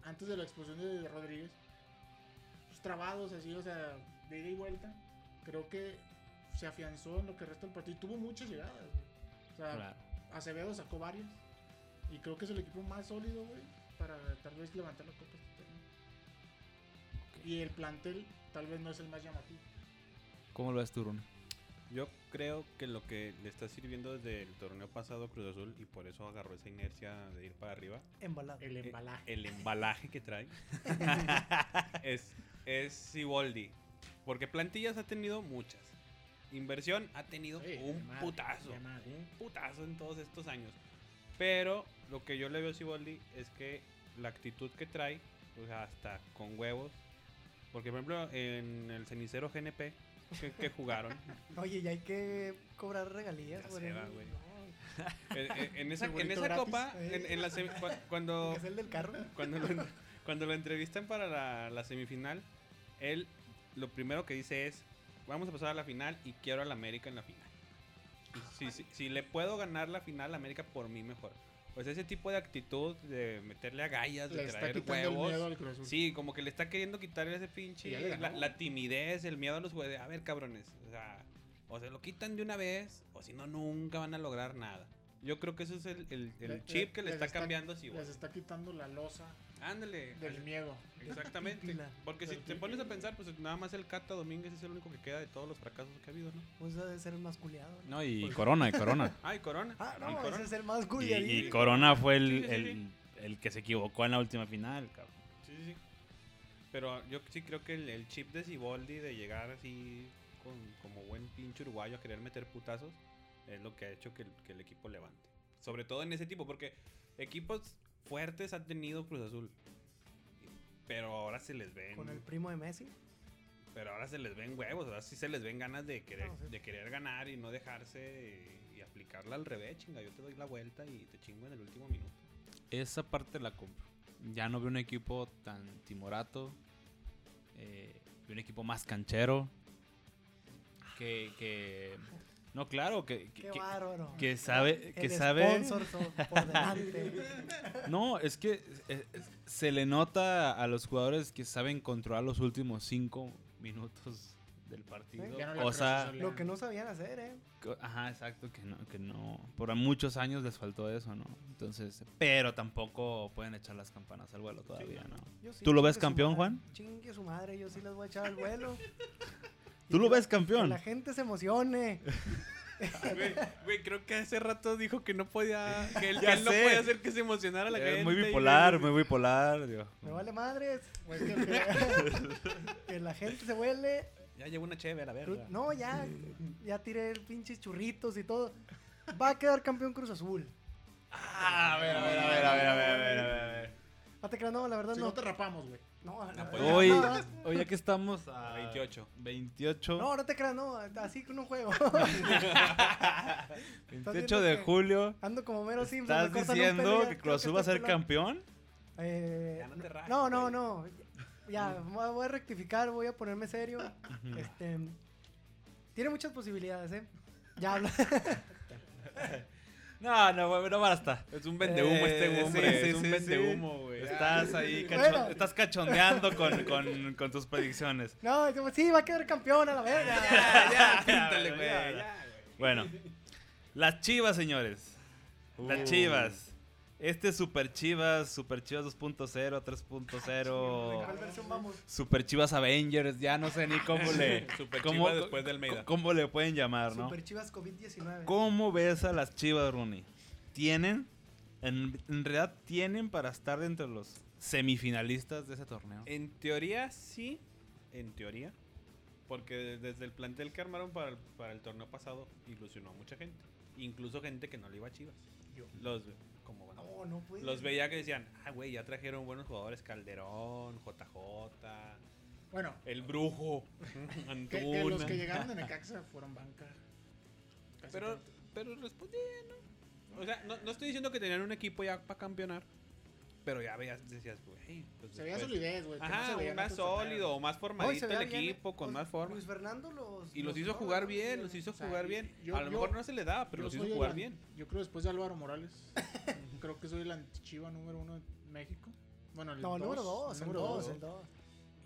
B: antes de la explosión de Rodríguez, pues, trabados así, o sea, de ida y vuelta, creo que se afianzó en lo que resta del partido. Y tuvo muchas llegadas, güey. O sea,
A: Claro.
B: Acevedo sacó varias. Y creo que es el equipo más sólido, güey, para tal vez levantar la copa este torneo. Y el plantel tal vez no es el más llamativo.
A: ¿Cómo lo ves tú, Bruno?
C: Yo creo que lo que le está sirviendo desde el torneo pasado Cruz Azul y por eso agarró esa inercia de ir para arriba,
D: Embalado.
B: El
C: eh,
B: embalaje.
C: el embalaje que trae, es, es Siboldi. Porque plantillas ha tenido muchas. Inversión ha tenido
B: Sí, de
C: eh, un
B: madre,
C: putazo.
B: de madre. ¿eh?
C: Un putazo en todos estos años. Pero lo que yo le veo a Siboldi es que la actitud que trae, o sea, hasta con huevos. Porque, por ejemplo, en el cenicero GNP que- que jugaron,
D: Oye, ya hay que cobrar regalías.
C: Ya
D: por
C: se
D: eso.
C: va, güey.
D: No,
C: En, en- eh, en esa, en
B: Segurito
C: esa
B: gratis.
C: copa, en, en la semi- cua- cuando,
D: ¿Es el del carro?
C: cuando, lo, en- cuando lo entrevistan para la, la semifinal, él lo primero que dice es, vamos a pasar a la final y quiero al América en la final. Si, si- si le puedo ganar la final a América, por mí mejor. Pues ese tipo de actitud de meterle agallas, de
B: Le está
C: traer
B: quitando el miedo
C: huevos.
B: al Cruz Azul.
C: Sí, como que le está queriendo quitar ese pinche...
B: Y ya le ganó.
C: La, la timidez, el miedo a los jugadores. A ver, cabrones. O sea, o se lo quitan de una vez, o si no, nunca van a lograr nada. Yo creo que eso es el, el- el
B: Le-
C: chip que le
B: les
C: está cambiando así, güey.
B: Les está quitando la losa
C: Ándale.
B: del
C: así-
B: miedo.
C: Exactamente.
D: Pila.
C: Porque si
B: Del
C: te
B: pi-
C: pones a pensar, pues nada más el Cata Domínguez es el único que queda de todos los fracasos que ha habido, ¿no?
D: Pues debe ser el más culeado. ¿no?
A: No,
B: Pues,
A: y Corona, y Corona.
C: Ah, y Corona.
D: Ah,
C: Corona,
D: no, ese
C: Corona.
D: es el más
A: y,
D: culeadito.
A: y Corona fue
C: Sí,
A: el,
C: sí, sí.
A: el- el que se equivocó en la última final, cabrón.
C: Sí, sí, sí. Pero yo sí creo que el, el chip de Siboldi de llegar así con- como buen pinche uruguayo a querer meter putazos es lo que ha hecho que el, que el equipo levante. Sobre todo en ese tipo, porque equipos fuertes ha tenido Cruz Azul. Pero ahora se les ven.
D: Con el primo de Messi.
C: Pero ahora se les ven huevos. Ahora sí se les ven ganas de querer,
D: No, sí.
C: de querer ganar y no dejarse y, y aplicarla al revés, chinga. Yo te doy la vuelta y te chingo en el último minuto.
A: Esa parte la compro. Ya no veo un equipo tan timorato. eh, veo un equipo más canchero. Que. que- no, claro, que. que-
D: Qué
A: que-
D: bárbaro.
A: que sabe.
D: El
A: Que sabe
D: sponsor so- por delante.
A: no, es que eh, eh, se le nota a los jugadores que saben controlar los últimos cinco minutos del partido.
D: Sí,
B: ya no la
A: cosa,
B: Cruz
D: Lo que no sabían hacer, ¿eh?
A: Co- Ajá, exacto, que no, que no. Por muchos años les faltó eso, ¿no? Entonces, pero tampoco pueden echar las campanas al vuelo todavía, ¿no?
D: Yo sí,
A: ¿Tú lo
D: chingue
A: ves
D: su
A: campeón,
D: madre,
A: Juan?
D: Chingue su madre, yo sí les voy a echar al vuelo.
A: ¿Tú
D: Y
A: lo
D: que-
A: ves
D: Que
A: campeón?
D: la gente se emocione.
C: Güey, güey, creo que hace rato dijo que no podía. Que él, que
A: Ya
C: él no
A: sé.
C: podía hacer que se emocionara la gente.
A: Es muy
C: y-
A: bipolar, muy bipolar, digo.
D: Me vale madres.
B: Pues que- que-
D: Que la gente se huele.
C: Ya llevo una cheve a la verga.
D: Cru- No, ya. Ya tiré pinches churritos y todo. Va a quedar campeón Cruz Azul.
C: Ah, a ver, a ver, a ver, a ver, a ver, a ver, a ver, a ver.
D: No te creas, no, la verdad
B: si
D: no.
B: no te rapamos, güey.
D: No, la
C: No,
D: verdad,
C: pues ya.
A: Hoy,
D: no,
A: hoy ya que estamos a
C: A 28.
A: 28,
D: No, no te creas, no. Así con un juego.
A: 28 de
D: que-
A: julio.
D: Ando como mero Simpson.
A: ¿Estás
D: me cortan un pelo y
A: diciendo
D: ya
A: que
D: creo
A: Cruz Azul va a
D: estoy
A: ser
D: pelón.
A: campeón?
D: Eh,
C: Ya no te rajes,
D: no, no,
C: güey.
D: no. Ya, voy voy a rectificar, voy a ponerme serio. Este, tiene muchas posibilidades, ¿eh? Ya habla.
A: No, no, güey, no basta.
C: Es un vendehumo
A: Eh,
C: este
A: sí,
C: hombre.
A: sí,
C: es un
A: sí,
C: vendehumo, güey.
A: Estás ahí,
D: Bueno.
A: cacho- estás cachondeando con, con, con tus predicciones.
D: No, decimos, sí, va a quedar campeón a la verga.
C: Ya, ya,
A: píntale,
C: ya,
A: güey, ya.
C: ya, ya, güey.
A: Bueno, las chivas, señores. Las
C: Uh.
A: chivas. Este Super Chivas, Super Chivas 2.0, 3.0,
D: ¿Cuál versión vamos?
A: Super Chivas Avengers, ya no sé ni cómo le,
C: Super
A: cómo-
C: chiva después de Almeida.
A: cómo le pueden llamar, ¿no?
D: Super Chivas COVID-19.
A: ¿Cómo ves a las chivas, Rooney? ¿Tienen? En, en realidad, ¿tienen para estar dentro de los semifinalistas de ese torneo?
C: En teoría sí, en teoría. Porque de- desde el plantel que armaron para el, para el torneo pasado ilusionó a mucha gente. Incluso gente que no le iba a Chivas. Los como bueno,
D: No, no puede.
C: los veía que decían, ah, güey, ya trajeron buenos jugadores, Calderón, JJ,
B: Bueno,
C: el brujo,
B: que, que los que
C: Antuna.
B: llegaron de Necaxa fueron banca. Casi
C: Pero,
B: todos.
C: pero respondieron. O sea, no, no estoy diciendo que tenían un equipo ya para campeonar, pero ya veías, decías, güey, pues
B: se veía
C: después-
B: solidez, güey. que no se
C: Ajá,
B: veía en
C: más
B: otros torneos.
C: sólido, o más
D: No, y
C: formadito
D: se
C: el
D: veía bien,
C: equipo,
D: eh.
C: con
D: Pues,
C: más forma.
D: Luis Fernando los.
C: Y los hizo
D: logra,
C: jugar
D: ¿no?
C: bien, los hizo
B: o sea,
C: jugar
B: y-
C: bien.
B: yo-
C: a lo
B: yo-
C: mejor no se le daba, pero
B: Yo
C: los
B: soy
C: hizo
B: el
C: jugar
B: an-
C: bien.
B: Yo creo después de Álvaro Morales. creo que soy el antichiva número uno de México. Bueno, el
D: No,
B: dos,
D: número dos, el
B: número
D: dos,
B: dos.
D: el dos.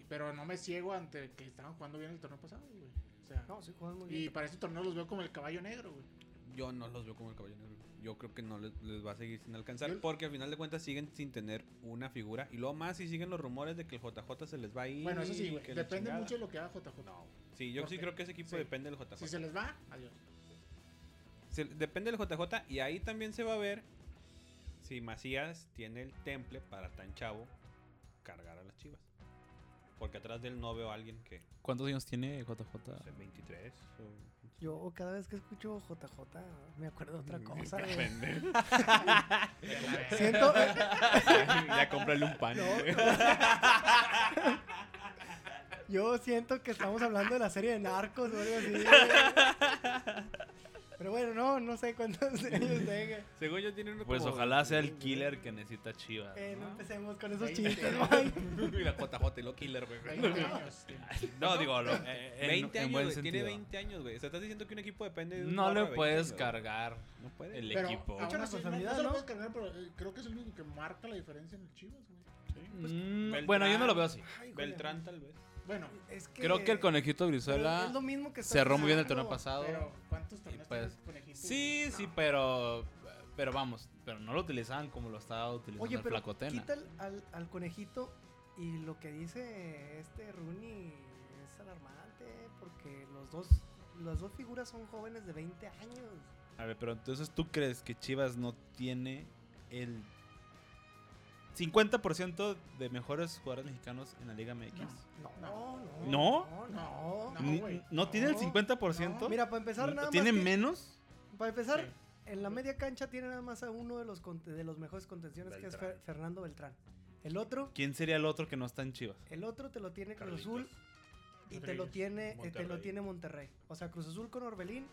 B: Pero no me ciego ante que estaban jugando bien el torneo pasado, güey. O sea,
D: No, sí, juegan muy bien.
B: y para este torneo los veo como el caballo negro, güey.
C: Yo no los veo como el caballo negro. Yo creo que no les, les va a seguir sin alcanzar.
B: Yo-
C: Porque al final de cuentas siguen sin tener una figura. Y luego más si siguen los rumores de que el JJ se les va a ir.
B: Bueno, eso sí, güey.
C: que la
B: Depende
C: chingada.
B: mucho de lo que haga JJ.
C: No. Sí, yo sí
B: Porque-
C: creo que ese equipo
B: sí.
C: depende del JJ.
B: Si se les va, adiós.
C: Se- depende del JJ. Y ahí también se va a ver si Macías tiene el temple para tan chavo cargar a las chivas. Porque atrás de él no veo a alguien que.
A: ¿Cuántos años tiene JJ?
C: no sé, 23 o
D: Yo cada vez que escucho JJ me acuerdo de otra
C: Mm,
D: cosa. güey. Siento.
A: ya cómprale un pan.
D: Yo siento que estamos hablando de la serie de narcos o algo así. güey. Pero bueno, no, no sé cuántas series tenga.
C: Según yo tiene uno
A: Pues
C: como-
A: ojalá sea el killer que necesita Chivas.
D: Eh, no
A: ¿no?
D: empecemos con esos
B: Veinte.
D: chistes, man.
C: Y la JJ y lo killer, güey.
B: 20 años. tiene.
A: No, digo, lo- eh, en-
C: 20
A: en
C: años,
A: buen
C: güey, tiene
A: sentido.
C: 20 años, güey. O sea, estás diciendo que un equipo depende de un
A: No
C: morro de
A: le
C: 20
A: puedes
C: años.
A: cargar
C: No puede.
A: el
B: Pero
A: equipo.
B: aún así, no-
D: responsabilidad,
B: no se lo
D: ¿no?
B: puedes cargar, pero eh, creo que es el único que marca la diferencia en el Chivas, güey.
C: Pues,
A: Mm,
C: Beltrán.
A: bueno, yo no lo veo así.
D: Ay, güey,
C: Beltrán tal vez.
B: Bueno,
D: Es que,
A: Creo que el conejito
D: pero es lo
A: Brizuela
D: mismo que
A: cerró muy bien el torneo
D: torneo
A: pasado.
B: pero ¿cuántos torneos
A: pues,
B: tiene el conejito?
A: Sí, sí, pero pero vamos, pero no lo utilizaban como lo estaba utilizando
D: Oye,
A: el
D: pero
A: Flacotena.
D: quita al, al, al conejito y lo que dice este Rooney es alarmante porque los dos, las dos figuras son jóvenes de 20 años.
A: A ver, pero entonces tú crees que Chivas no tiene el 50% de mejores jugadores mexicanos en la Liga MX.
D: No,
B: No.
D: no,
A: ¿No?
B: No,
D: no, no.
B: no.
A: Ni-
B: güey.
A: ¿No tiene el
D: No.
A: 50%?
B: No.
D: Mira, para empezar nada
A: ¿Tiene
D: más. que-
A: menos?
D: para empezar,
B: Sí.
D: en la media cancha tiene nada más a uno de los conte- de los mejores contenciones que es
C: Beltrán.
D: Fer- Fernando Beltrán. El otro,
A: ¿Quién sería el otro que no está en Chivas?
D: el otro te lo tiene Cruz
C: Carlitos.
D: Azul y te lo
B: Rodríguez.
D: tiene, eh, te lo
C: Monterrey.
D: tiene Monterrey. O sea, Cruz Azul con Orbelín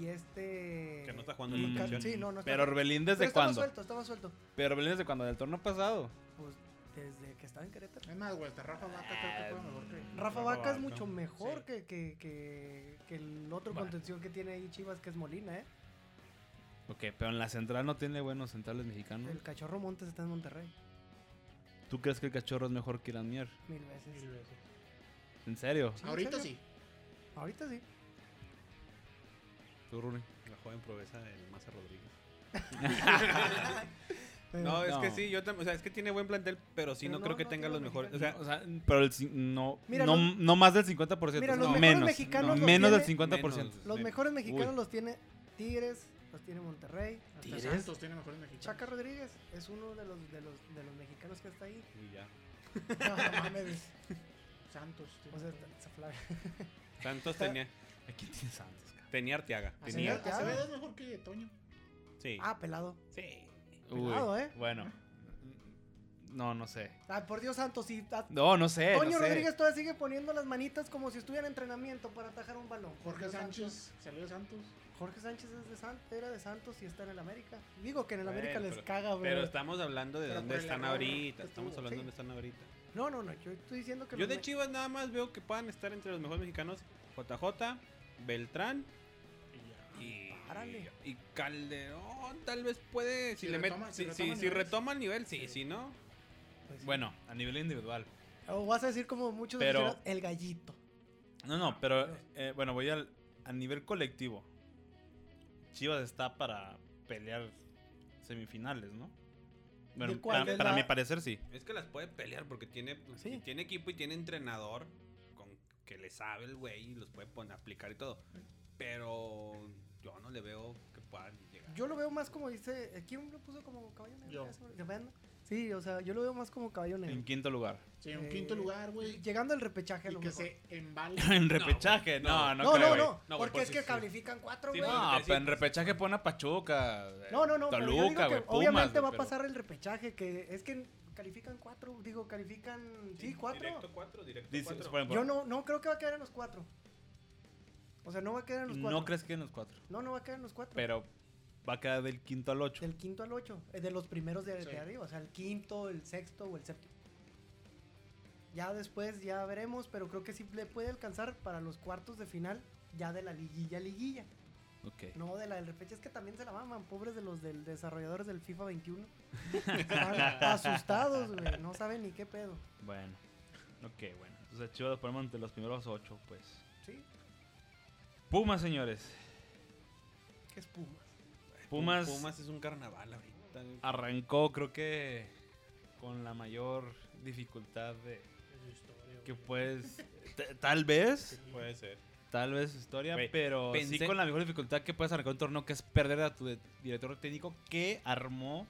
D: y este
C: Que no está jugando
A: Mm.
C: en
D: Ca-
C: contención.
D: Sí, no, no está.
A: Pero Orbelín
D: Pero
A: desde
D: está más
A: cuándo?
D: suelto, está más suelto.
A: Pero Orbelín desde cuándo? Del torneo pasado.
D: Pues desde que estaba en Querétaro.
B: Es más, güey, hasta Rafa Vaca creo que juega mejor que...
D: Rafa
C: Rafa
D: Vaca
C: Vaca.
D: es mucho mejor
B: Sí.
D: que, que, que, que el otro
A: Bueno.
D: contención que tiene ahí Chivas, que es Molina, ¿eh?
A: Ok, pero en la central no tiene buenos centrales mexicanos.
D: El cachorro Montes está en Monterrey.
A: ¿Tú crees que el cachorro es mejor que Irán Mier?
D: Mil veces.
B: Mil veces.
A: ¿En serio?
D: Sí,
B: Ahorita
D: ¿en
B: sí.
D: serio? Ahorita sí.
A: Tú, Rune.
C: La joven proeza del Maza Rodríguez.
D: Pero-
C: No, es
A: No.
C: que sí, yo también. O sea, es que tiene buen plantel, pero sí
D: Eh.
C: no,
D: Pero no,
C: creo que
D: no
C: tenga
D: tiene
C: los mejores. O sea,
A: O sea, pero el, cin- no,
D: Mira,
A: no,
D: los-
A: no más del 50%.
D: mira, los
A: no,
D: mejores
A: menos.
D: mexicanos
A: no,
D: los
A: menos del
D: tiene-
A: 50%.
C: menos.
D: Los
C: Me-
D: mejores mexicanos
A: Uy.
D: los tiene Tigres, los tiene Monterrey.
B: Hasta
A: ¿Tigres?
B: Santos tiene mejores mexicanos.
D: Chaca Rodríguez es uno de los, de los, de los mexicanos que está ahí.
C: y ya.
D: No, no mames.
B: Santos. tiene
D: O sea,
B: mejores-
D: se flag-
C: Santos tenía,
A: ¿A quién tiene Santos, cabrón?
C: tenía Arteaga.
D: Ah,
B: Acevedo-
C: Tenía.
D: Arteaga.
B: Acevedo Ah, es mejor que Toño.
C: Sí.
D: Ah, pelado.
C: Sí.
D: Cuidado, ¿eh?
A: Bueno. No, no sé.
D: Ah, por Dios santo, si a-
A: No, no
C: Eh,
A: sé.
D: Toño
A: no sé.
D: Rodríguez todavía sigue poniendo las manitas como si estuviera en entrenamiento para atajar un balón.
B: Jorge
D: Dios
B: Sánchez salió de Santos.
D: santo. Jorge Sánchez es de San- era de Santos y está en el América. Digo que en el
C: Bueno,
D: América les
C: pero-
D: caga, güey.
C: Pero estamos hablando de
B: Pero
C: dónde
B: por el
C: están
B: error
C: ahorita.
B: que
C: Estamos
B: tuvo,
C: hablando de
D: sí.
C: dónde están ahorita.
D: No, no, no, yo estoy diciendo que
C: Yo
D: los
C: de
D: me-
C: Chivas nada más veo que puedan estar entre los mejores mexicanos JJ, Beltrán
B: Y ya.
C: y,
D: Párale.
C: y Calderón. Tal vez puede, si,
B: Si
C: le met-
B: retoma- si
C: si, si-
B: retoma
C: si
B: niveles.
C: retoma el nivel, sí,
B: Sí.
C: si no.
D: pues sí.
A: Bueno, a nivel individual.
D: O vas a decir como muchos
A: Pero-
D: aficionados, el gallito.
A: No, no, pero eh, bueno, voy al, a nivel colectivo. Chivas está para pelear semifinales, ¿no? Bueno,
D: ¿De cuál?
A: para,
D: ¿De
A: para
D: la-
A: mi parecer sí.
C: Es que las puede pelear porque tiene,
D: Sí.
C: y tiene equipo y tiene entrenador con que le sabe el güey y los puede poner, aplicar y todo. Pero yo no le veo que puedan llegar.
D: Yo lo veo más como dice. eh, ¿Quién lo puso como caballo negro?
B: Yo.
D: Ya se me- ya ven. Sí, o sea, yo lo veo más como caballo negro.
A: En quinto lugar.
B: Sí, un
D: Eh,
B: quinto lugar, güey. Y
D: Llegando al repechaje, a lo
B: que
D: mejor.
B: se embale.
A: En repechaje, no,
C: no.
A: no,
D: No,
A: creo,
D: no,
A: güey.
D: no,
C: No, güey,
D: porque
C: pues
D: es
C: sí,
D: que
C: sí.
D: califican cuatro,
C: Sí,
D: güey.
C: porque-
A: No,
C: Sí,
A: pero en
C: pues.
A: repechaje pone a Pachuca. eh,
D: no, no, no. pero yo digo
A: Toluca,
D: que
A: güey. Pumas,
D: obviamente
A: güey,
D: va a
A: pero-
D: pasar el repechaje, que es que califican cuatro, digo, califican, sí, cuatro.
C: Directo cuatro, directo
A: Dices,
C: cuatro.
A: por ejemplo,
D: Yo no, no creo que va a quedar en los cuatro. O sea, no va a quedar en los cuatro.
A: No crees que en los cuatro.
D: no, no va a quedar en los cuatro.
A: Pero va a quedar del quinto al ocho.
D: Del quinto al ocho, eh, de los primeros de, de
B: Sí.
D: arriba, o sea, el quinto, el sexto o el séptimo. Ya después, ya veremos, pero creo que sí le puede alcanzar para los cuartos de final, ya de la liguilla, liguilla.
A: Ok.
D: No, de la del repechaje, es que también se la maman, pobres de los del desarrolladores del FIFA 21. Están asustados, güey, no saben ni qué pedo.
A: Bueno. Ok, bueno. Entonces Chivas lo ponemos entre los primeros ocho, pues.
D: Sí,
A: Pumas, señores.
D: que es Pumas.
A: Pumas- Ah,
C: Pumas es un carnaval ahorita.
A: Arrancó, creo que con la mayor dificultad de que puedes t- tal vez
C: Puede ser.
A: tal vez su historia
C: Güey,
A: pero sí
C: pensé-
A: con la mejor dificultad que puedes arrancar un torneo que es perder a tu de- director técnico que armó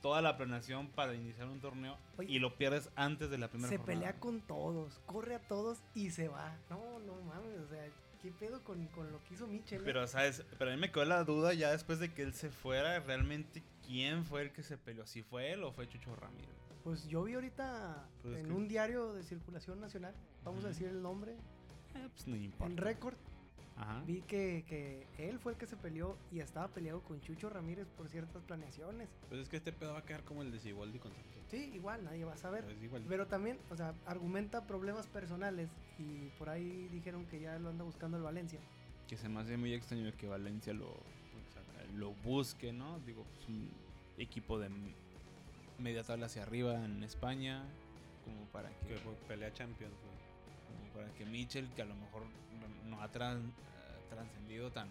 A: toda la planeación para iniciar un torneo
D: Oye.
A: y lo pierdes antes de la primera
D: se
A: jornada.
D: pelea con todos, corre a todos y se va. No, no mames, o sea, ¿qué pedo con, con lo que hizo Michel? eh.
A: Pero, ¿sabes? Pero a mí me quedó la duda ya después de que él se fuera, realmente quién fue el que se peleó, si fue él o fue Chucho Ramírez.
D: Pues yo vi ahorita
A: Pues es
D: en
A: que-
D: un diario de circulación nacional, vamos a
A: Ujú.
D: decir el nombre,
A: Eh, pues no
D: en
A: importa.
D: récord,
A: Ajá.
D: vi que, que él fue el que se peleó y estaba peleado con Chucho Ramírez por ciertas planeaciones.
C: Pues es que este pedo va a quedar como el de Siboldi con Santos.
D: Sí, igual, nadie va a saber.
C: Es igual.
D: Pero también, o sea, argumenta problemas personales y por ahí dijeron que ya lo anda buscando el Valencia.
A: Que se me hace muy extraño que Valencia lo, lo busque, ¿no? Digo, es un equipo de m- media tabla hacia arriba en España, como para que,
C: Que fue pelea Champions, güey.
A: como para que Mitchell, que a lo mejor no- no ha tran- eh, trascendido tan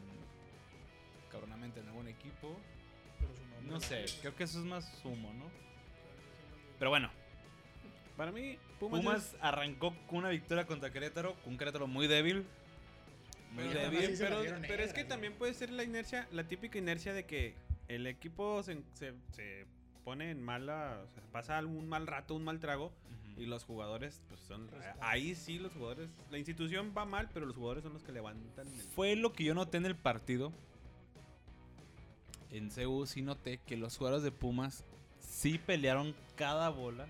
A: cabronamente en algún equipo,
B: Pero su nombre
A: no
B: la-
A: sé, creo que eso es más humo, ¿no? Pero bueno,
C: Para mí, Pumas,
A: Pumas, arrancó con una victoria contra Querétaro, con un Querétaro muy débil. Muy
C: Pero,
B: Pero
A: débil.
B: también- así se la
C: pero-
B: dieron
C: pero es
B: negras,
C: que
B: güey.
C: también puede ser la inercia, la típica inercia de que el equipo se, se- se pone en mala, o sea, pasa algún mal rato, un mal trago,
A: Ujú.
C: y los jugadores, pues son.
B: Responde.
C: Ahí sí, los jugadores. La institución va mal, pero los jugadores son los que levantan el.
A: Fue lo que yo noté en el partido. En CU sí noté que los jugadores de Pumas sí pelearon cada bola.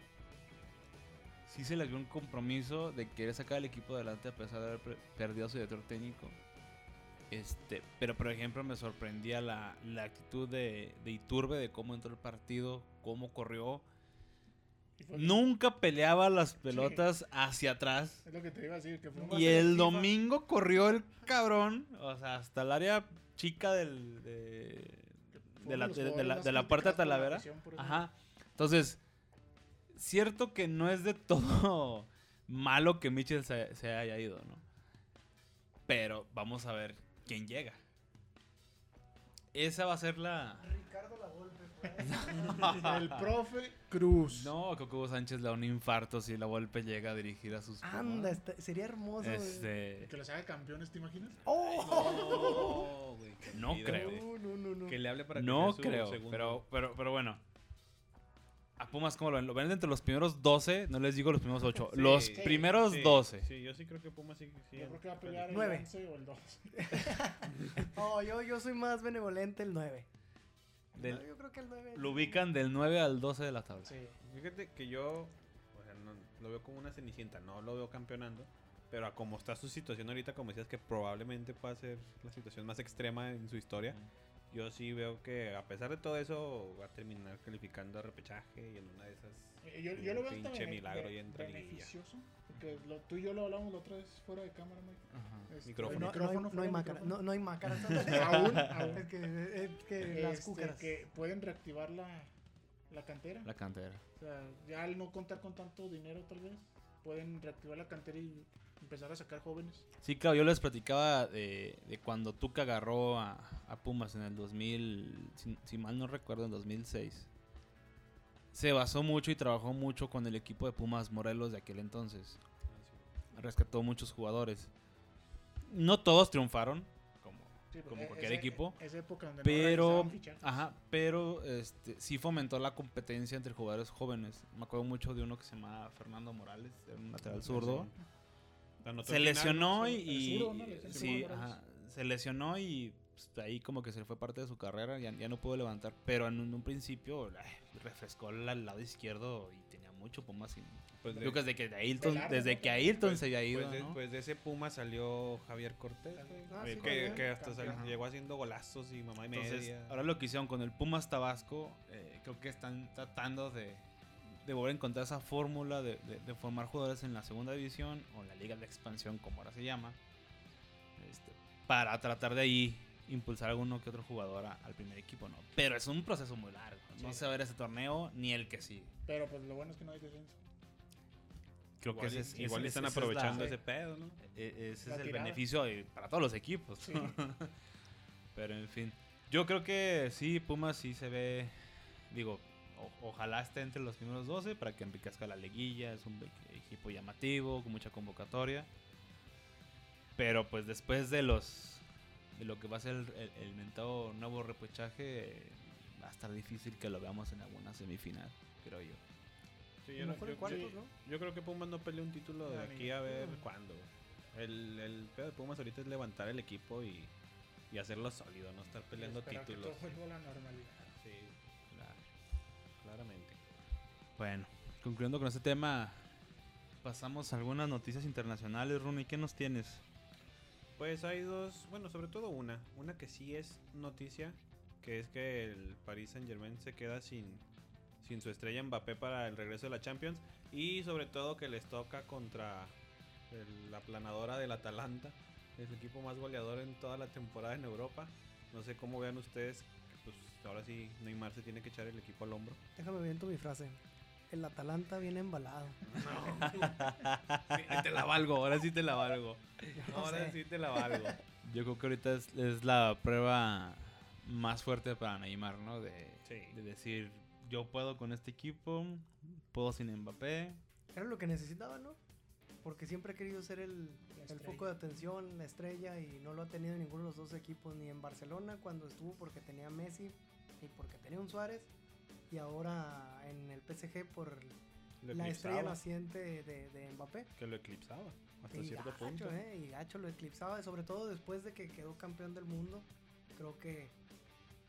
A: Sí se les dio un compromiso de querer sacar al equipo adelante a pesar de haber pre- perdido a su director técnico. Este, pero por ejemplo me sorprendía la, la actitud de, de Iturbe, de cómo entró el partido, cómo corrió.
B: Y fue-
A: Nunca peleaba las pelotas hacia atrás.
B: Es lo que te iba a decir, que fue
D: No,
B: un
A: Y
D: Hacia
A: el
D: los FIFA.
A: domingo corrió el cabrón, o sea, hasta el área chica del, de, de la, de, de la, de la puerta de Talavera.
B: Ajá.
A: Ajá. Entonces, cierto que no es de todo malo que Mitchell se, se haya ido, ¿no? Pero vamos a ver quién llega. Esa va a ser la...
D: Ricardo La Volpe,
B: El profe Cruz.
A: No, creo que Hugo Sánchez le da un infarto si la golpe llega a dirigir a sus...
D: Anda,
A: Pumas.
D: está- sería hermoso. güey.
A: Ah. Este...
B: Que los haga campeones, ¿te imaginas?
D: ¡Oh!
C: No, güey, qué
A: No
C: miedo,
A: creo.
C: güey.
D: No, no, no, no.
C: Que le hable para que
A: no
C: sea su
A: creo,
C: segundo.
A: pero, pero, pero bueno. A Pumas, ¿cómo lo ven? Lo ven entre los primeros 12, no les digo los primeros 8,
C: Sí,
A: los
C: sí,
A: primeros
C: sí,
A: 12.
C: Sí, yo sí creo que Pumas sí. sí
B: Yo creo que va a pelear el
D: Nueve.
B: 11 o el 12.
D: Oh, yo, yo soy más benevolente el 9.
A: Del-
D: yo creo que el 9.
A: Lo ubican del 9 al 12 de la tabla.
B: Sí.
C: Fíjate que yo o sea, no- lo veo como una cenicienta, no lo veo campeonando. Pero a como está su situación ahorita, como decías que probablemente pueda ser la situación más extrema en su historia, yo sí veo que a pesar de todo eso va a terminar calificando a repechaje y en una de esas...
B: Eh, Yo,
C: Un
B: yo lo veo
C: pinche
B: hasta bene-
C: milagro
B: be-
C: y entra en liguilla.
B: beneficioso. Porque lo, tú y yo lo hablamos la otra vez fuera de cámara, Mike.
A: Ajá.
B: Este,
C: Micrófono.
B: el
D: No, no, hay-
B: micrófono,
D: no
B: fuera
D: hay mácara.
B: del micrófono.
D: No, no hay mácara.
B: Aún,
D: es
B: aún.
D: que, es que las
B: Este,
D: cúcaras.
B: que pueden reactivar la, la cantera.
A: La cantera.
B: O sea, ya al no contar con tanto dinero, tal vez, pueden reactivar la cantera y empezar a sacar jóvenes.
A: Sí, claro, yo les platicaba de, de cuando Tuca agarró a, a Pumas en el 2000, si, si mal no recuerdo, en 2006. Se basó mucho y trabajó mucho con el equipo de Pumas Morelos de aquel entonces. rescató muchos jugadores. No todos triunfaron, como
B: Sí,
A: como
B: eh,
A: cualquier
B: ese-
A: equipo.
B: Es época donde no
A: Pero,
B: realizaban fichajes.
A: ajá, pero este, sí fomentó la competencia entre jugadores jóvenes. Me acuerdo mucho de uno que se llamaba Fernando Morales, era un lateral zurdo. Se lesionó y,
B: el zurdo, ¿no?
A: y-
B: El
A: sí,
B: zurdo,
A: ajá, se lesionó y pues, ahí como que se le fue parte de su carrera, ya, ya no pudo levantar, pero en un, un principio ay, refrescó al al lado izquierdo y tenía mucho Pumas y
C: Pues de,
A: Lucas de que Ailton,
B: Velarde,
A: desde
B: ¿no?
A: que Ailton
C: pues-
A: se había ido,
C: pues de-
A: ¿no?
C: pues de ese Puma salió Javier Cortés. güey.
D: Ah,
A: sí,
C: que- que,
D: también.
C: hasta sal-
A: Ajá.
C: llegó haciendo golazos y mamá y
A: Entonces,
C: media.
A: ahora lo que hicieron con el Pumas Tabasco, eh, creo que están tratando de, de volver a encontrar esa fórmula de, de- de formar jugadores en la segunda división o en la liga de expansión, como ahora se llama, este, para tratar de ahí impulsar alguno que otro jugador a- al primer equipo, ¿no? Pero es un proceso muy largo. No
B: Sí.
A: se va a ver ese torneo ni el que sigue.
B: Pero pues lo bueno es que no hay descenso.
A: Creo
C: igual,
A: que ese es-
C: igual
A: ese-
C: están
A: ese es la-
C: aprovechando
B: la-
C: ese pedo, ¿no?
A: E- Ese
B: La
A: es el
B: tirada.
A: beneficio eh, para todos los equipos.
B: Sí.
A: Pero en fin. Yo creo que sí, Pumas sí se ve. Digo, o- ojalá esté entre los primeros 12 para que enriquezca la liguilla. Es un be- equipo llamativo, con mucha convocatoria. Pero pues después de los. De lo que va a ser el, el- el mentado nuevo repechaje, eh, va a estar difícil que lo veamos en alguna semifinal, creo yo.
C: Sí,
D: A
C: yo,
D: lo
C: no-
D: mejor
C: yo-
D: en cuartos,
C: yo-
D: ¿no?
C: yo creo que Pumas no peleó un título de
B: Ah,
C: aquí
B: mira.
C: a ver
D: Mm.
C: cuándo. El, el pedo de Pumas ahorita es levantar el equipo y, y hacerlo sólido, no estar peleando
B: Esperar que
C: títulos.
B: todo vuelva a la normalidad.
C: Sí, claro. Claramente.
A: Bueno, concluyendo con este tema, pasamos a algunas noticias internacionales. Rooney, ¿qué nos tienes?
C: Pues hay dos, bueno, sobre todo una. Una que sí es noticia, que es que el Paris Saint Germain se queda sin, sin su estrella Mbappé para el regreso de la Champions. Y sobre todo que les toca contra el- la planadora del Atalanta, el equipo más goleador en toda la temporada en Europa. No sé cómo vean ustedes, pues ahora sí Neymar se tiene que echar el equipo al hombro.
D: Déjame viento mi frase. El Atalanta viene embalado.
A: te la valgo, ahora sí te la valgo.
D: Yo no
C: Ahora
D: sé.
C: sí te la valgo.
A: Yo creo que ahorita es, es la prueba más fuerte para Neymar, ¿no? De,
C: Sí.
A: de decir, yo puedo con este equipo, puedo sin Mbappé.
D: Era lo que necesitaba, ¿no? Porque siempre ha querido ser el,
B: La
D: el
B: estrella.
D: foco de atención, la estrella, y no lo ha tenido en ninguno de los dos equipos, ni en Barcelona cuando estuvo porque tenía a Messi, ni porque tenía un Suárez, y ahora en el PSG por
C: Lo
D: la estrella
C: eclipsaba,
D: naciente de, de Mbappé.
C: que lo eclipsaba hasta
D: Y
C: cierto
D: gacho,
C: punto.
D: eh, y gacho lo eclipsaba, sobre todo después de que quedó campeón del mundo. Creo que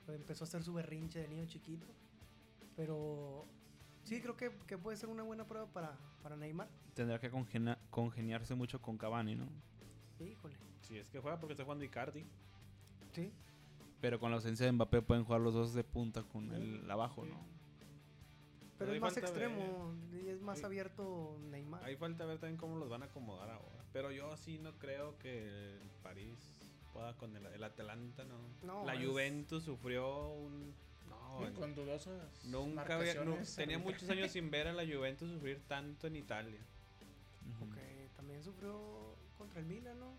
D: empezó a hacer su berrinche de niño chiquito. Pero sí, creo que, que puede ser una buena prueba para, para Neymar.
A: Tendrá que congena- congeniarse mucho con Cavani, ¿no?
D: Híjole,
C: Si es que juega porque está jugando Icardi.
D: sí.
A: Pero con la ausencia de Mbappé pueden jugar los dos de punta con el abajo, ¿no?
D: Pero
C: ahí
D: es más
C: falta ver.
D: extremo y es más
C: Ahí-
D: abierto Neymar.
C: Ahí falta ver también cómo los van a acomodar ahora. Pero yo sí no creo que el París pueda con el, el Atalanta, no.
D: No,
C: la
D: es-
C: Juventus sufrió un. No,
B: Y con dudosas.
C: nunca había. nu-
B: marcaciones
C: tenía
B: arbitra-
C: muchos años sin ver a la Juventus sufrir tanto en Italia.
A: Ujú.
D: Porque también sufrió contra el Milan, ¿no? Ah,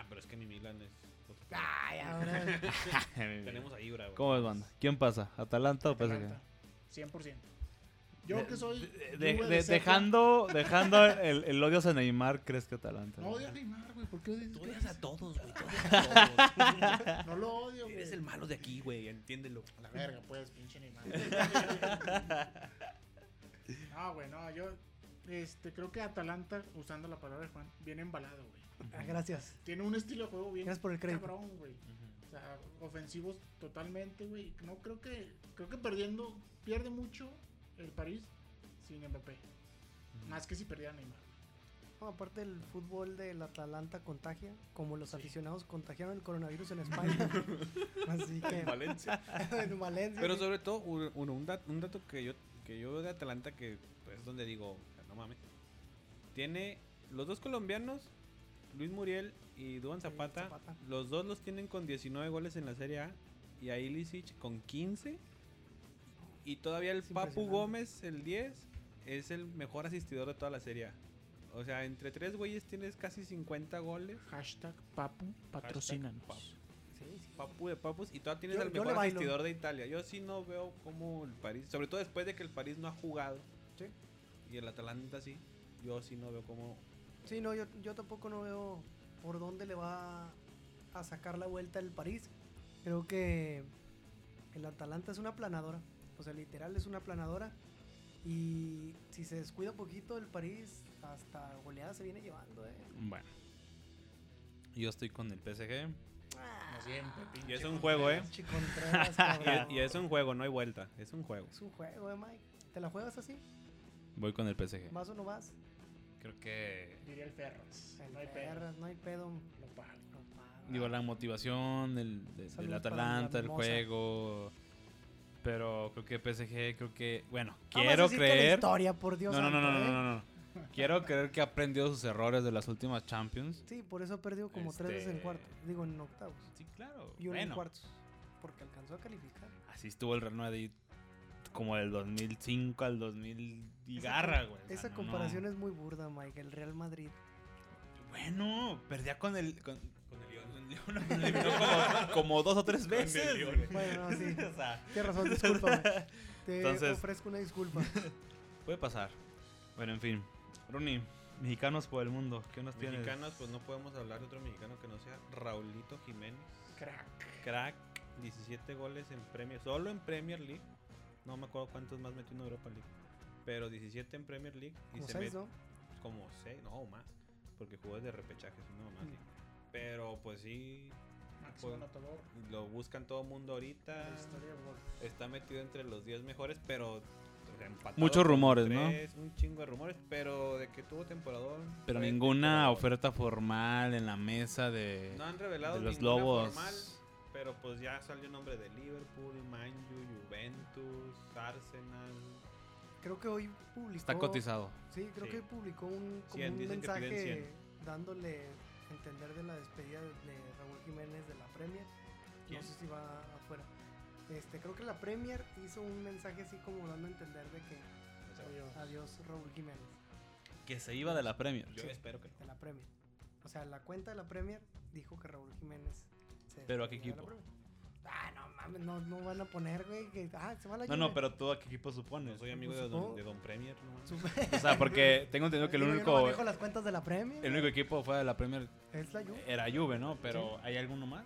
C: Ah, pero es que mi Milan es. otro pedo.
B: Ah.
D: Ay, ahora.
C: Tenemos a Ibra, güey.
A: ¿Cómo es, banda? ¿Quién pasa? ¿Atalanta o PSG?
B: Atalanta, 100%. Yo
A: De-
B: que soy.
A: de-
B: Juve
A: de-
B: de cerca-
A: dejando dejando el, el odio hacia Neymar, crees que Atalanta.
B: No odio a Neymar, güey. ¿Por qué odias
C: Tú
B: qué
C: odias a
B: haces?
C: todos, güey. tú odias a todos.
B: No lo odio, güey.
C: Eres el malo de aquí, güey. Entiéndelo.
B: A la verga, pues, pinche Neymar. no, güey, no. Yo este, creo que Atalanta, usando la palabra de Juan, viene embalado, güey.
D: Ah, gracias.
B: Tiene un estilo de juego bien
D: Gracias por el crédito.
B: cabrón, güey. O sea, ofensivos totalmente, güey. No creo que creo que perdiendo pierde mucho el París sin Mbappé. Más que si perdiera Neymar.
D: No, aparte el fútbol del Atalanta contagia, como los
B: Sí.
D: aficionados contagiaron el coronavirus en España. Así que
C: Valencia.
D: en Valencia.
C: Pero
D: sí.
C: sobre todo, un, un- un dat- un dato que yo, que yo veo de Atalanta que pues, es donde digo, no mames. Tiene los dos colombianos, Luis Muriel y Duan Zapata,
D: Zapata.
C: Los dos los tienen con 19 goles en la Serie A y a Ilicic con 15. Y todavía el
D: Es
C: Papu
D: impresionante.
C: Gómez, el 10, es el mejor asistidor de toda la Serie A. O sea, entre tres güeyes tienes casi 50 goles.
B: Hashtag Papu, patrocínanos.
D: Sí, sí.
C: Papu de papus y todavía tienes
D: Yo-
C: al
D: yo le
C: mejor
D: bailo.
C: asistidor de Italia. Yo sí no veo cómo el París, sobre todo después de que el París no ha jugado
D: Sí.
C: y el Atalanta sí, yo sí no veo cómo
D: Sí, no, yo, yo tampoco no veo por dónde le va a sacar la vuelta el París. Creo que el Atalanta es una planadora. O sea, literal es una planadora. Y si se descuida poquito el París, hasta goleada se viene llevando, eh.
A: Bueno. Yo estoy con el PSG.
B: Como siempre, pinche.
C: Y es un juego, ¿eh?
D: Pinche Contreras, cabrón.
C: Y, y es un juego, no hay vuelta. Es un juego.
D: Es un juego, eh, Mike. ¿Te la juegas así?
A: Voy con el PSG.
D: ¿Más o no vas?
A: Creo que.
B: Diría el Ferras.
D: El
B: no hay perro.
D: perras, no hay pedo.
B: Lo pago.
D: No paga.
A: Digo, la motivación el, de- del
D: Saludos para la
A: Atalanta, el
D: mimosa.
A: juego. Pero creo que PSG, creo que. Bueno,
D: Vamos Ah, a
A: quiero
D: decir que la
A: creer.
D: historia, por Dios.
A: No, no, no,
D: santo,
A: no, no,
D: ¿eh?
A: no, no. Quiero creer que aprendió sus errores de las últimas Champions.
D: Sí, por eso ha perdido como tres veces en
A: Este-
D: cuartos. Digo, en octavos.
A: Sí, claro.
D: Y uno en
A: pues bueno,
D: cuartos. Porque alcanzó a calificar.
A: así estuvo el Real Madrid como del 2005 al 2000 y garra, güey. O sea,
D: Esa
A: no,
D: comparación es muy burda, Mike. El Real Madrid.
A: no. Bueno, perdía con el. Con, con el León. Con el León, lo eliminó como, como dos o tres veces.
C: León.
A: güey.
D: Bueno, no, sí.
A: O sea,
D: Tienes razón, discúlpame. Te
A: Entonces-
D: ofrezco una disculpa.
A: Puede pasar. Bueno, en fin. Rooney, mexicanos por el mundo. ¿Qué nos tienes?
C: Mexicanos, pues no podemos hablar de otro mexicano que no sea Raulito Jiménez.
B: Crack.
C: Crack, 17 goles en Premier, solo en Premier League. No me acuerdo cuántos más metió en Europa League. Pero 17 en Premier League y
D: Como
C: se
D: seis,
C: met-
D: ¿no?
C: como 6, no, o más. Porque jugó de repechaje, es una mamá así. Pero pues sí,
B: Máximo
C: Pues-
B: anotador.
C: lo buscan todo
B: de
C: mundo ahorita.
B: la historia de gol.
C: Está metido entre los 10 mejores, pero o sea, empatado
A: Muchos
C: con
A: rumores, ¿no?
C: tres, Un chingo de rumores, pero de que tuvo temporadón.
A: Pero
C: fue
A: ninguna
C: temporadón.
A: oferta formal en la mesa de,
C: No han revelado
A: de los
C: ninguna
A: Lobos.
C: formal, pero pues ya salió nombre de Liverpool, Manju, Juventus, Arsenal.
D: Creo que hoy publicó.
A: Está cotizado.
D: Sí, creo
C: Sí.
D: que hoy publicó un, como
C: Cien,
D: un
C: dicen que piden
D: mensaje
C: cien.
D: dándole a entender de la despedida de de Raúl Jiménez de la Premier.
C: ¿Quién?
D: No sé si va afuera. Este, creo que la Premier hizo un mensaje así como dando a entender de que
C: O sea,
B: Adiós.
D: adiós Raúl Jiménez
A: Que se iba de la Premier.
C: yo
D: Sí.
C: espero que no.
D: de la Premier. O sea, la cuenta de la Premier dijo que Raúl Jiménez se
A: ¿Pero a qué
D: despedía de
A: equipo?
D: la Premier. Ah, no mames, no, no van a poner, güey, que ah, se va la
A: No, no,
D: Juve.
A: pero tú a qué equipo supones.
C: No soy amigo de
D: supongo-
C: don, de don Premier, ¿no?
A: O sea, porque tengo entendido que el
D: Digo, yo no
A: único,
D: manejo las cuentas de la Premier.
A: el único equipo fuera de la Premier
D: Es la Juve.
A: era Juve, ¿no? Pero ¿hay alguno más?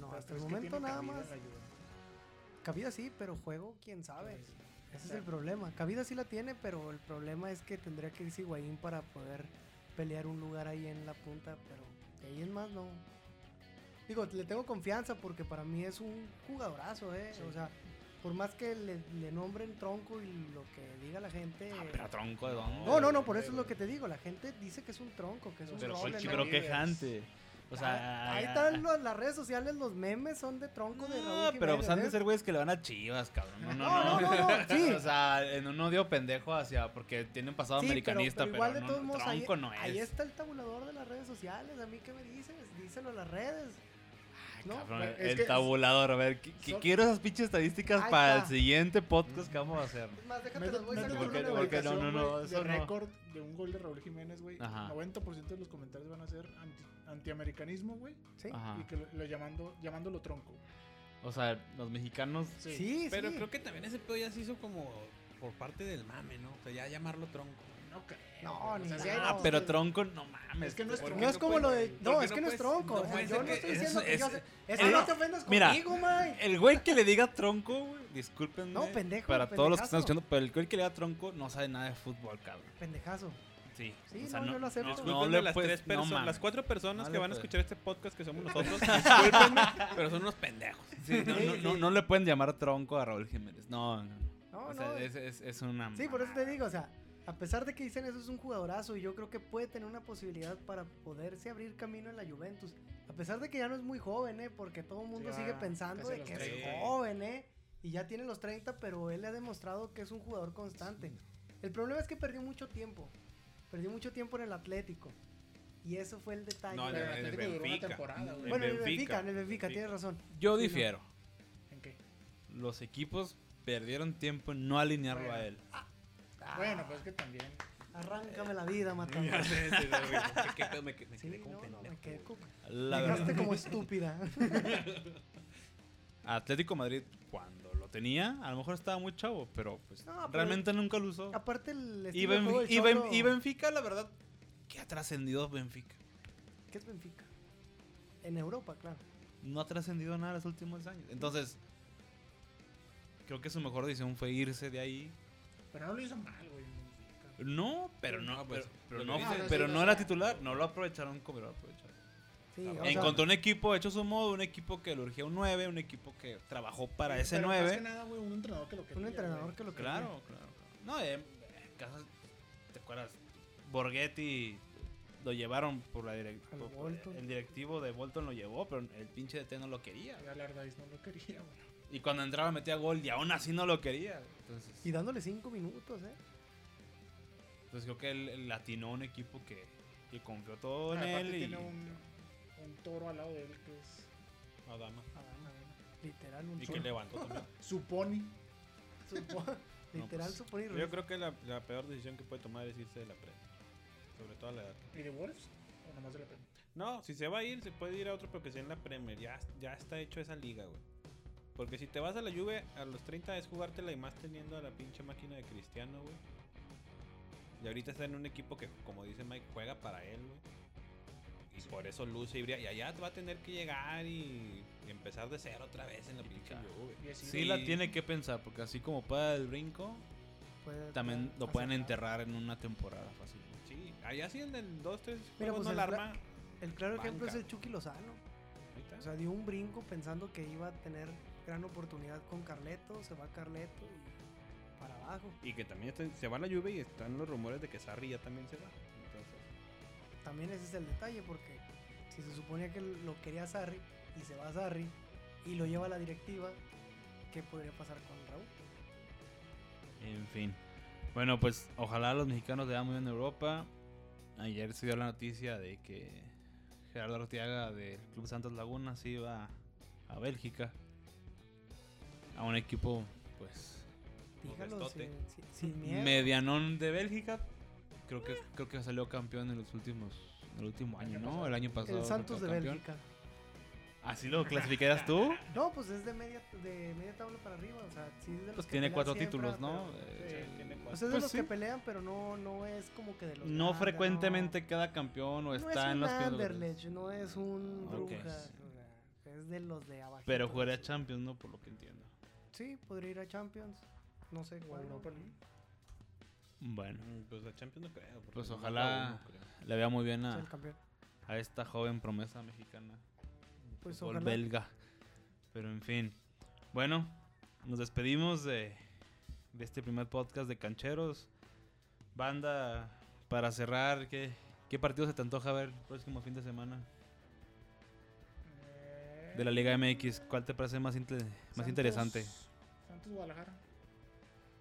D: No,
B: Eh, Pero
D: hasta el
B: es que
D: momento
B: tiene
D: nada
B: cabida
D: más.
B: la Juve.
D: Cabida sí, pero juego, quién sabe. Ese es el
B: Claro.
D: problema. Cabida sí la tiene, pero el problema es que tendría que irse Higuaín para poder pelear un lugar ahí en la punta, pero de ahí en más no. Digo, le tengo confianza porque para mí es un jugadorazo, ¿eh?
B: Sí.
D: O sea, por más que le, le nombren tronco y lo que diga la gente...
A: Ah, pero tronco de dónde.
D: no, no, no, por eso es lo que te digo. La gente dice que es un tronco, que es un
A: Pero,
D: roble,
A: oye,
D: Pues, ¿no?
A: pero
B: líderes.
A: quejante. O sea,
D: ahí están los- las redes sociales, los memes son de tronco de Raúl
A: No, pero pues
D: Jiménez,
A: han de
D: ¿eh?
A: ser güeyes que le van a chivas, cabrón. No, no, no.
D: No, no, no, sí.
A: O sea, en un odio pendejo hacia. Porque tienen pasado
D: Sí, pero-
A: americanista, pero,
D: igual de
A: no,
D: todos modos, ahí-
A: tronco no es.
D: ahí, está el tabulador de las redes sociales. ¿A mí qué me dices? Díselo a las redes.
A: Ay,
D: ¿no?
A: cabrón,
B: Es
A: el
B: que-
A: tabulador. A ver, que, que
B: Son-
A: quiero esas pinches estadísticas
D: Ahí
A: para el
D: está.
A: siguiente podcast que vamos a hacer.
D: Es más, déjate,
B: Métete-
D: las voy
B: métete
D: sacando
B: por
A: porque-
B: una
D: una
A: porque
D: de-
A: no,
B: publicación,
A: no, no,
B: güey,
A: eso
B: de
A: no.
B: récord de un gol de Raúl Jiménez, güey.
A: Ajá.
B: 90% de los comentarios van a ser anti- antiamericanismo, güey.
D: Sí,
A: Ajá.
B: Y que lo, lo llamando, llamándolo tronco.
A: O sea, los mexicanos.
D: sí,
B: Sí.
D: sí.
C: Pero creo que también ese pedo ya se hizo como por parte del mame, ¿no? O sea, ya llamarlo tronco.
B: No creo.
D: No,
B: güey.
D: ni
B: O sea, sí
D: nada.
B: hay
A: Ah,
B: raza
A: pero
B: que-
A: tronco, no mames.
B: Es que no es
A: ¿por
B: tronco.
A: qué
D: No es como lo de.
B: puede-
D: No,
C: porque
D: es
C: no
D: que no es
C: puedes-
D: tronco.
C: no
D: o sea,
C: puedes
D: yo
C: ser
D: no
C: que-
D: estoy diciendo
A: eso
D: que yo.
A: es-
D: sé- Es que
A: eh,
D: no te ofendas
A: mira. Eh,
D: conmigo, Mike.
A: El güey que le diga tronco, güey, discúlpenme.
D: No, pendejo,
A: Para todos los que
D: pendejazo.
A: están escuchando, pero el güey que le diga tronco no sabe nada de fútbol, cabrón.
D: Pendejazo.
A: Sí.
D: Sí, no, yo lo acepto.
A: No,
C: Disculpen
A: le
C: las
A: puedes-
C: tres
A: no
C: personas,
A: mames.
C: las cuatro personas
A: No
C: que
A: le
C: van a
A: puedes.
C: escuchar este podcast que somos nosotros, discúlpenme, pero son unos pendejos.
A: Sí, no, no, no, no le pueden llamar tronco a Raúl Jiménez. No, no. no.
D: No,
A: o sea,
D: Oh, no.
A: es, es, es una.
D: Sí, por eso te
A: mamada.
D: digo, o sea, a pesar de que dicen eso es un jugadorazo y yo creo que puede tener una posibilidad para poderse abrir camino en la Juventus. A pesar de que ya no es muy joven, ¿eh? Porque todo el mundo
B: Sí,
D: sigue
B: ya
D: pensando
B: casi
D: de
B: los
D: que
C: 30.
D: es joven, ¿eh? Y ya tiene los 30, pero él le ha demostrado que es un jugador constante. El problema es que perdió mucho tiempo. Perdió mucho tiempo en el Atlético. Y eso fue el detalle.
C: No, en
B: Pero
C: el-
B: el
C: en el
B: Atlético duró una
C: Benfica.
B: temporada, güey.
D: bueno, en el
C: Benfica,
D: Benfica, en el Benfica,
C: Benfica.
D: tienes razón.
A: Yo
D: Sí, no.
A: difiero.
B: ¿En qué?
A: Los equipos perdieron tiempo en no alinearlo
B: Bueno.
A: a él.
D: Ah,
B: Bueno, pues que también.
D: Arráncame la vida, Matando.
C: Ya sé, sí, sí, sí. ¿Qué pedo? Me, que- me
D: Sí,
C: quedé como
D: no, no,
C: pendejo.
D: me quedé como...
A: La
D: Llegaste
A: verdad.
D: como estúpida.
A: Atlético Madrid, cuando lo tenía, a lo mejor estaba muy chavo, pero pues
D: No, pero-
A: realmente nunca lo usó.
D: Aparte el
A: Y,
D: estilo de
A: Ben-
D: juego del
A: y Ben-
D: Cholo-
A: y Benfica, la verdad, que ha trascendido Benfica.
D: ¿Qué es Benfica? En Europa, claro.
A: no ha trascendido nada los últimos años. Entonces, creo que su mejor decisión fue irse de ahí.
B: Pero no lo hizo mal, güey.
A: No, pero no,
C: No, pues,
A: pero, pero
C: lo
A: no,
C: que
A: fue-
B: dicen.
A: pero
B: Sí,
A: no
B: o
A: era
B: sea.
A: titular, no lo aprovecharon como lo aprovecharon.
D: Sí,
C: Cabrón.
D: o sea,
A: Encontró un equipo hecho su modo, un equipo que le urgía un 9, un equipo que trabajó para ese
B: Pero
A: 9.
B: Más que nada, güey, un entrenador que lo quería.
D: un entrenador
B: güey.
D: que lo quería.
A: Claro, claro. No, eh, eh, casas, ¿te acuerdas? Borghetti lo llevaron por la direc-
D: Al
A: por-
D: Bolton.
A: el directivo de Bolton lo llevó, pero el pinche de T no lo quería.
B: Y Allardyce no lo quería, güey.
A: Y cuando entraba metía gol y aún así no lo quería. Entonces,
D: Y dándole cinco minutos, ¿eh?
A: pues creo que él, él atinó a un equipo que, que confió todo en
B: Aparte
A: él y
B: tiene un, un toro al lado de él que es
C: Adama.
B: Adama, güey.
D: Literal, un
C: Y que
D: sol.
C: levantó también.
B: Su pony.
D: Supo- Literal,
A: pues,
D: suponir.
C: Yo creo que la, la peor decisión que puede tomar es irse de la pre. Sobre todo a la edad.
B: ¿Y de Wolves? ¿O nomás de la Premier?
C: No, si se va a ir, se puede ir a otro, pero que sea en la Premier. Ya, ya está hecho esa liga, güey. Porque si te vas a la Juve a los 30 es jugártela y más teniendo a la pinche máquina de Cristiano, güey. Y ahorita está en un equipo que, como dice Mike, juega para él, güey. Y por eso luce y brilla. Y allá va a tener que llegar y, y empezar de cero otra vez en la pinche Juve.
B: Y así,
A: Sí la tiene que pensar, porque así como para el brinco,
D: puede-
A: también
D: puede
A: lo pueden
D: hacer-
A: enterrar en una temporada fácil.
C: Sí, allá sí en el 2-3
D: Mira,
C: juegos
D: pues,
C: no
D: el
C: la arma.
D: El claro ejemplo es
C: Banca.
D: el Chucky Lozano.
C: Ahorita.
D: O sea, dio un brinco pensando que iba a tener gran oportunidad con Carleto. Se va Carleto y para abajo.
C: Y que también está- se va la lluvia y están los rumores de que Sarri ya también se va. Entonces,
D: También ese es el detalle, porque si se suponía que lo quería Sarri y se va Sarri y lo lleva a la directiva, ¿qué podría pasar con Raúl?
A: En fin. Bueno, pues ojalá los mexicanos le dan muy bien en Europa. Ayer se dio la noticia de que Gerardo Arteaga del Club Santos Laguna se iba a Bélgica. A un equipo, pues,
D: Dígalo
C: Modestote.
D: sin, sin- sin miedo. Ah,
A: medianón de Bélgica. Creo que, creo que salió campeón en los últimos en el último año, ¿no? El año pasado.
D: el
A: salió
D: Santos de
A: campeón.
D: Bélgica.
A: ¿Así lo clasificarías tú?
D: No, pues es de media, de media tabla para arriba. O sea, sí es de los
A: Pues
D: que
A: tiene
D: pelean
A: cuatro
D: siempre,
A: títulos,
D: pero-
A: ¿no?
B: Sí,
A: Eh,
B: tiene
D: Pues
B: cuatro.
D: es de
A: Pues
D: los
A: sí.
D: que pelean, pero no, no es como que de los.
A: no
D: grandes,
A: frecuentemente queda campeón o
D: No,
A: está
D: es
A: en
D: un
A: los primeros lugares.
D: Anderlecht, no es un
A: Ok.
D: Brujas. o sea, es de los de abajo.
A: Pero jugaría Champions, ¿no? Por lo que entiendo.
D: Sí, podría ir a Champions. No sé
B: O
D: cuál.
B: Europa League.
A: Bueno.
C: mm, pues la Champions no creo. porque
A: Pues
C: nomás
A: ojalá.
C: va uno, creo.
A: Le vea muy bien
D: es el
A: a,
D: campeón.
A: a esta joven promesa mexicana.
D: Pues
A: fútbol
D: ojalá.
A: belga. Pero en fin. Bueno, nos despedimos de, de este primer podcast de Cancheros. Banda, para cerrar, ¿qué, qué partido se te antoja ver el próximo fin de semana?
B: Eh,
A: De la Liga MX, ¿cuál te parece más, inte- más
B: Santos-
A: interesante?
B: Santos Guadalajara.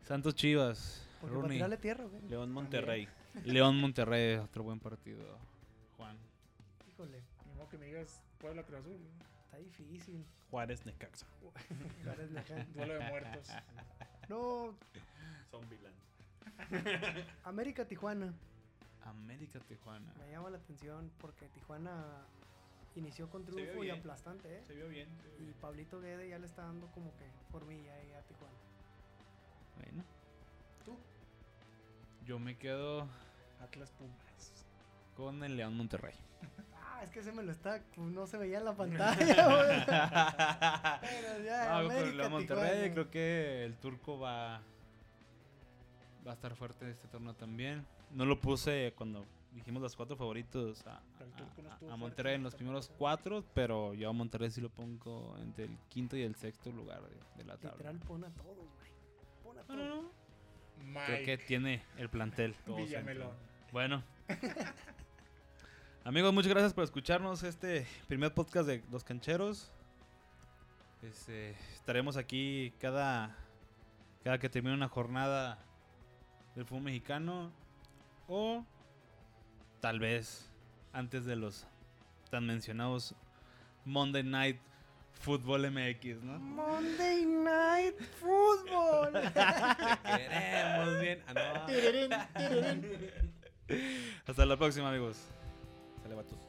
A: Santos Chivas,
D: Porque para
A: Rooney,
D: tirarle tierra, güey.
C: León Monterrey.
A: León Monterrey, otro buen partido. Juan.
D: Híjole,
B: Ni modo que me digas Puebla Cruz Azul. ¿no?
D: está difícil.
C: Juárez Necaxa.
D: Juárez Necaxa.
B: Duelo de muertos.
D: no,
C: Zombieland.
D: América Tijuana.
A: América Tijuana.
D: Me llama la atención porque Tijuana inició con
C: vio
D: triunfo y
C: bien.
D: aplastante, ¿eh?
C: Se vio bien. se vio
D: Y
C: bien.
D: Pablito Guede ya le está dando como que formilla ahí a Tijuana.
A: Bueno.
B: Tú.
A: Yo me quedo
B: Atlas Pumas.
A: con el León Monterrey.
D: Ah, es que se me lo está, no se veía en la pantalla, güey. Pero ya,
A: Ah, voy con el
D: América,
A: León Monterrey,
D: Tijuana.
A: creo que el turco va va a estar fuerte en este torneo también. No lo puse cuando dijimos los cuatro favoritos a,
B: Pero el
A: a-
B: turco no estuvo
A: a- a
B: fuerte
A: Monterrey en
B: en
A: los
B: esta
A: primeros
B: temporada.
A: cuatro, pero yo a Monterrey sí lo pongo entre el quinto y el sexto lugar de, de la tabla.
D: Literal, pon a todos, güey. Pon a
A: No,
D: todos.
A: no, no. Creo que
B: Mike
A: tiene el plantel. todo
B: Villamelón.
A: centro. Bueno. Amigos, muchas gracias por escucharnos este primer podcast de Los Cancheros. Este, estaremos aquí cada, cada que termine una jornada del fútbol mexicano o tal vez antes de los tan mencionados Monday Night Football MX, ¿no?
D: Monday Night Football.
C: Queremos bien. Ah, no.
B: Tirerén, tirerén.
A: Hasta la próxima, amigos.
C: Sale, vatos.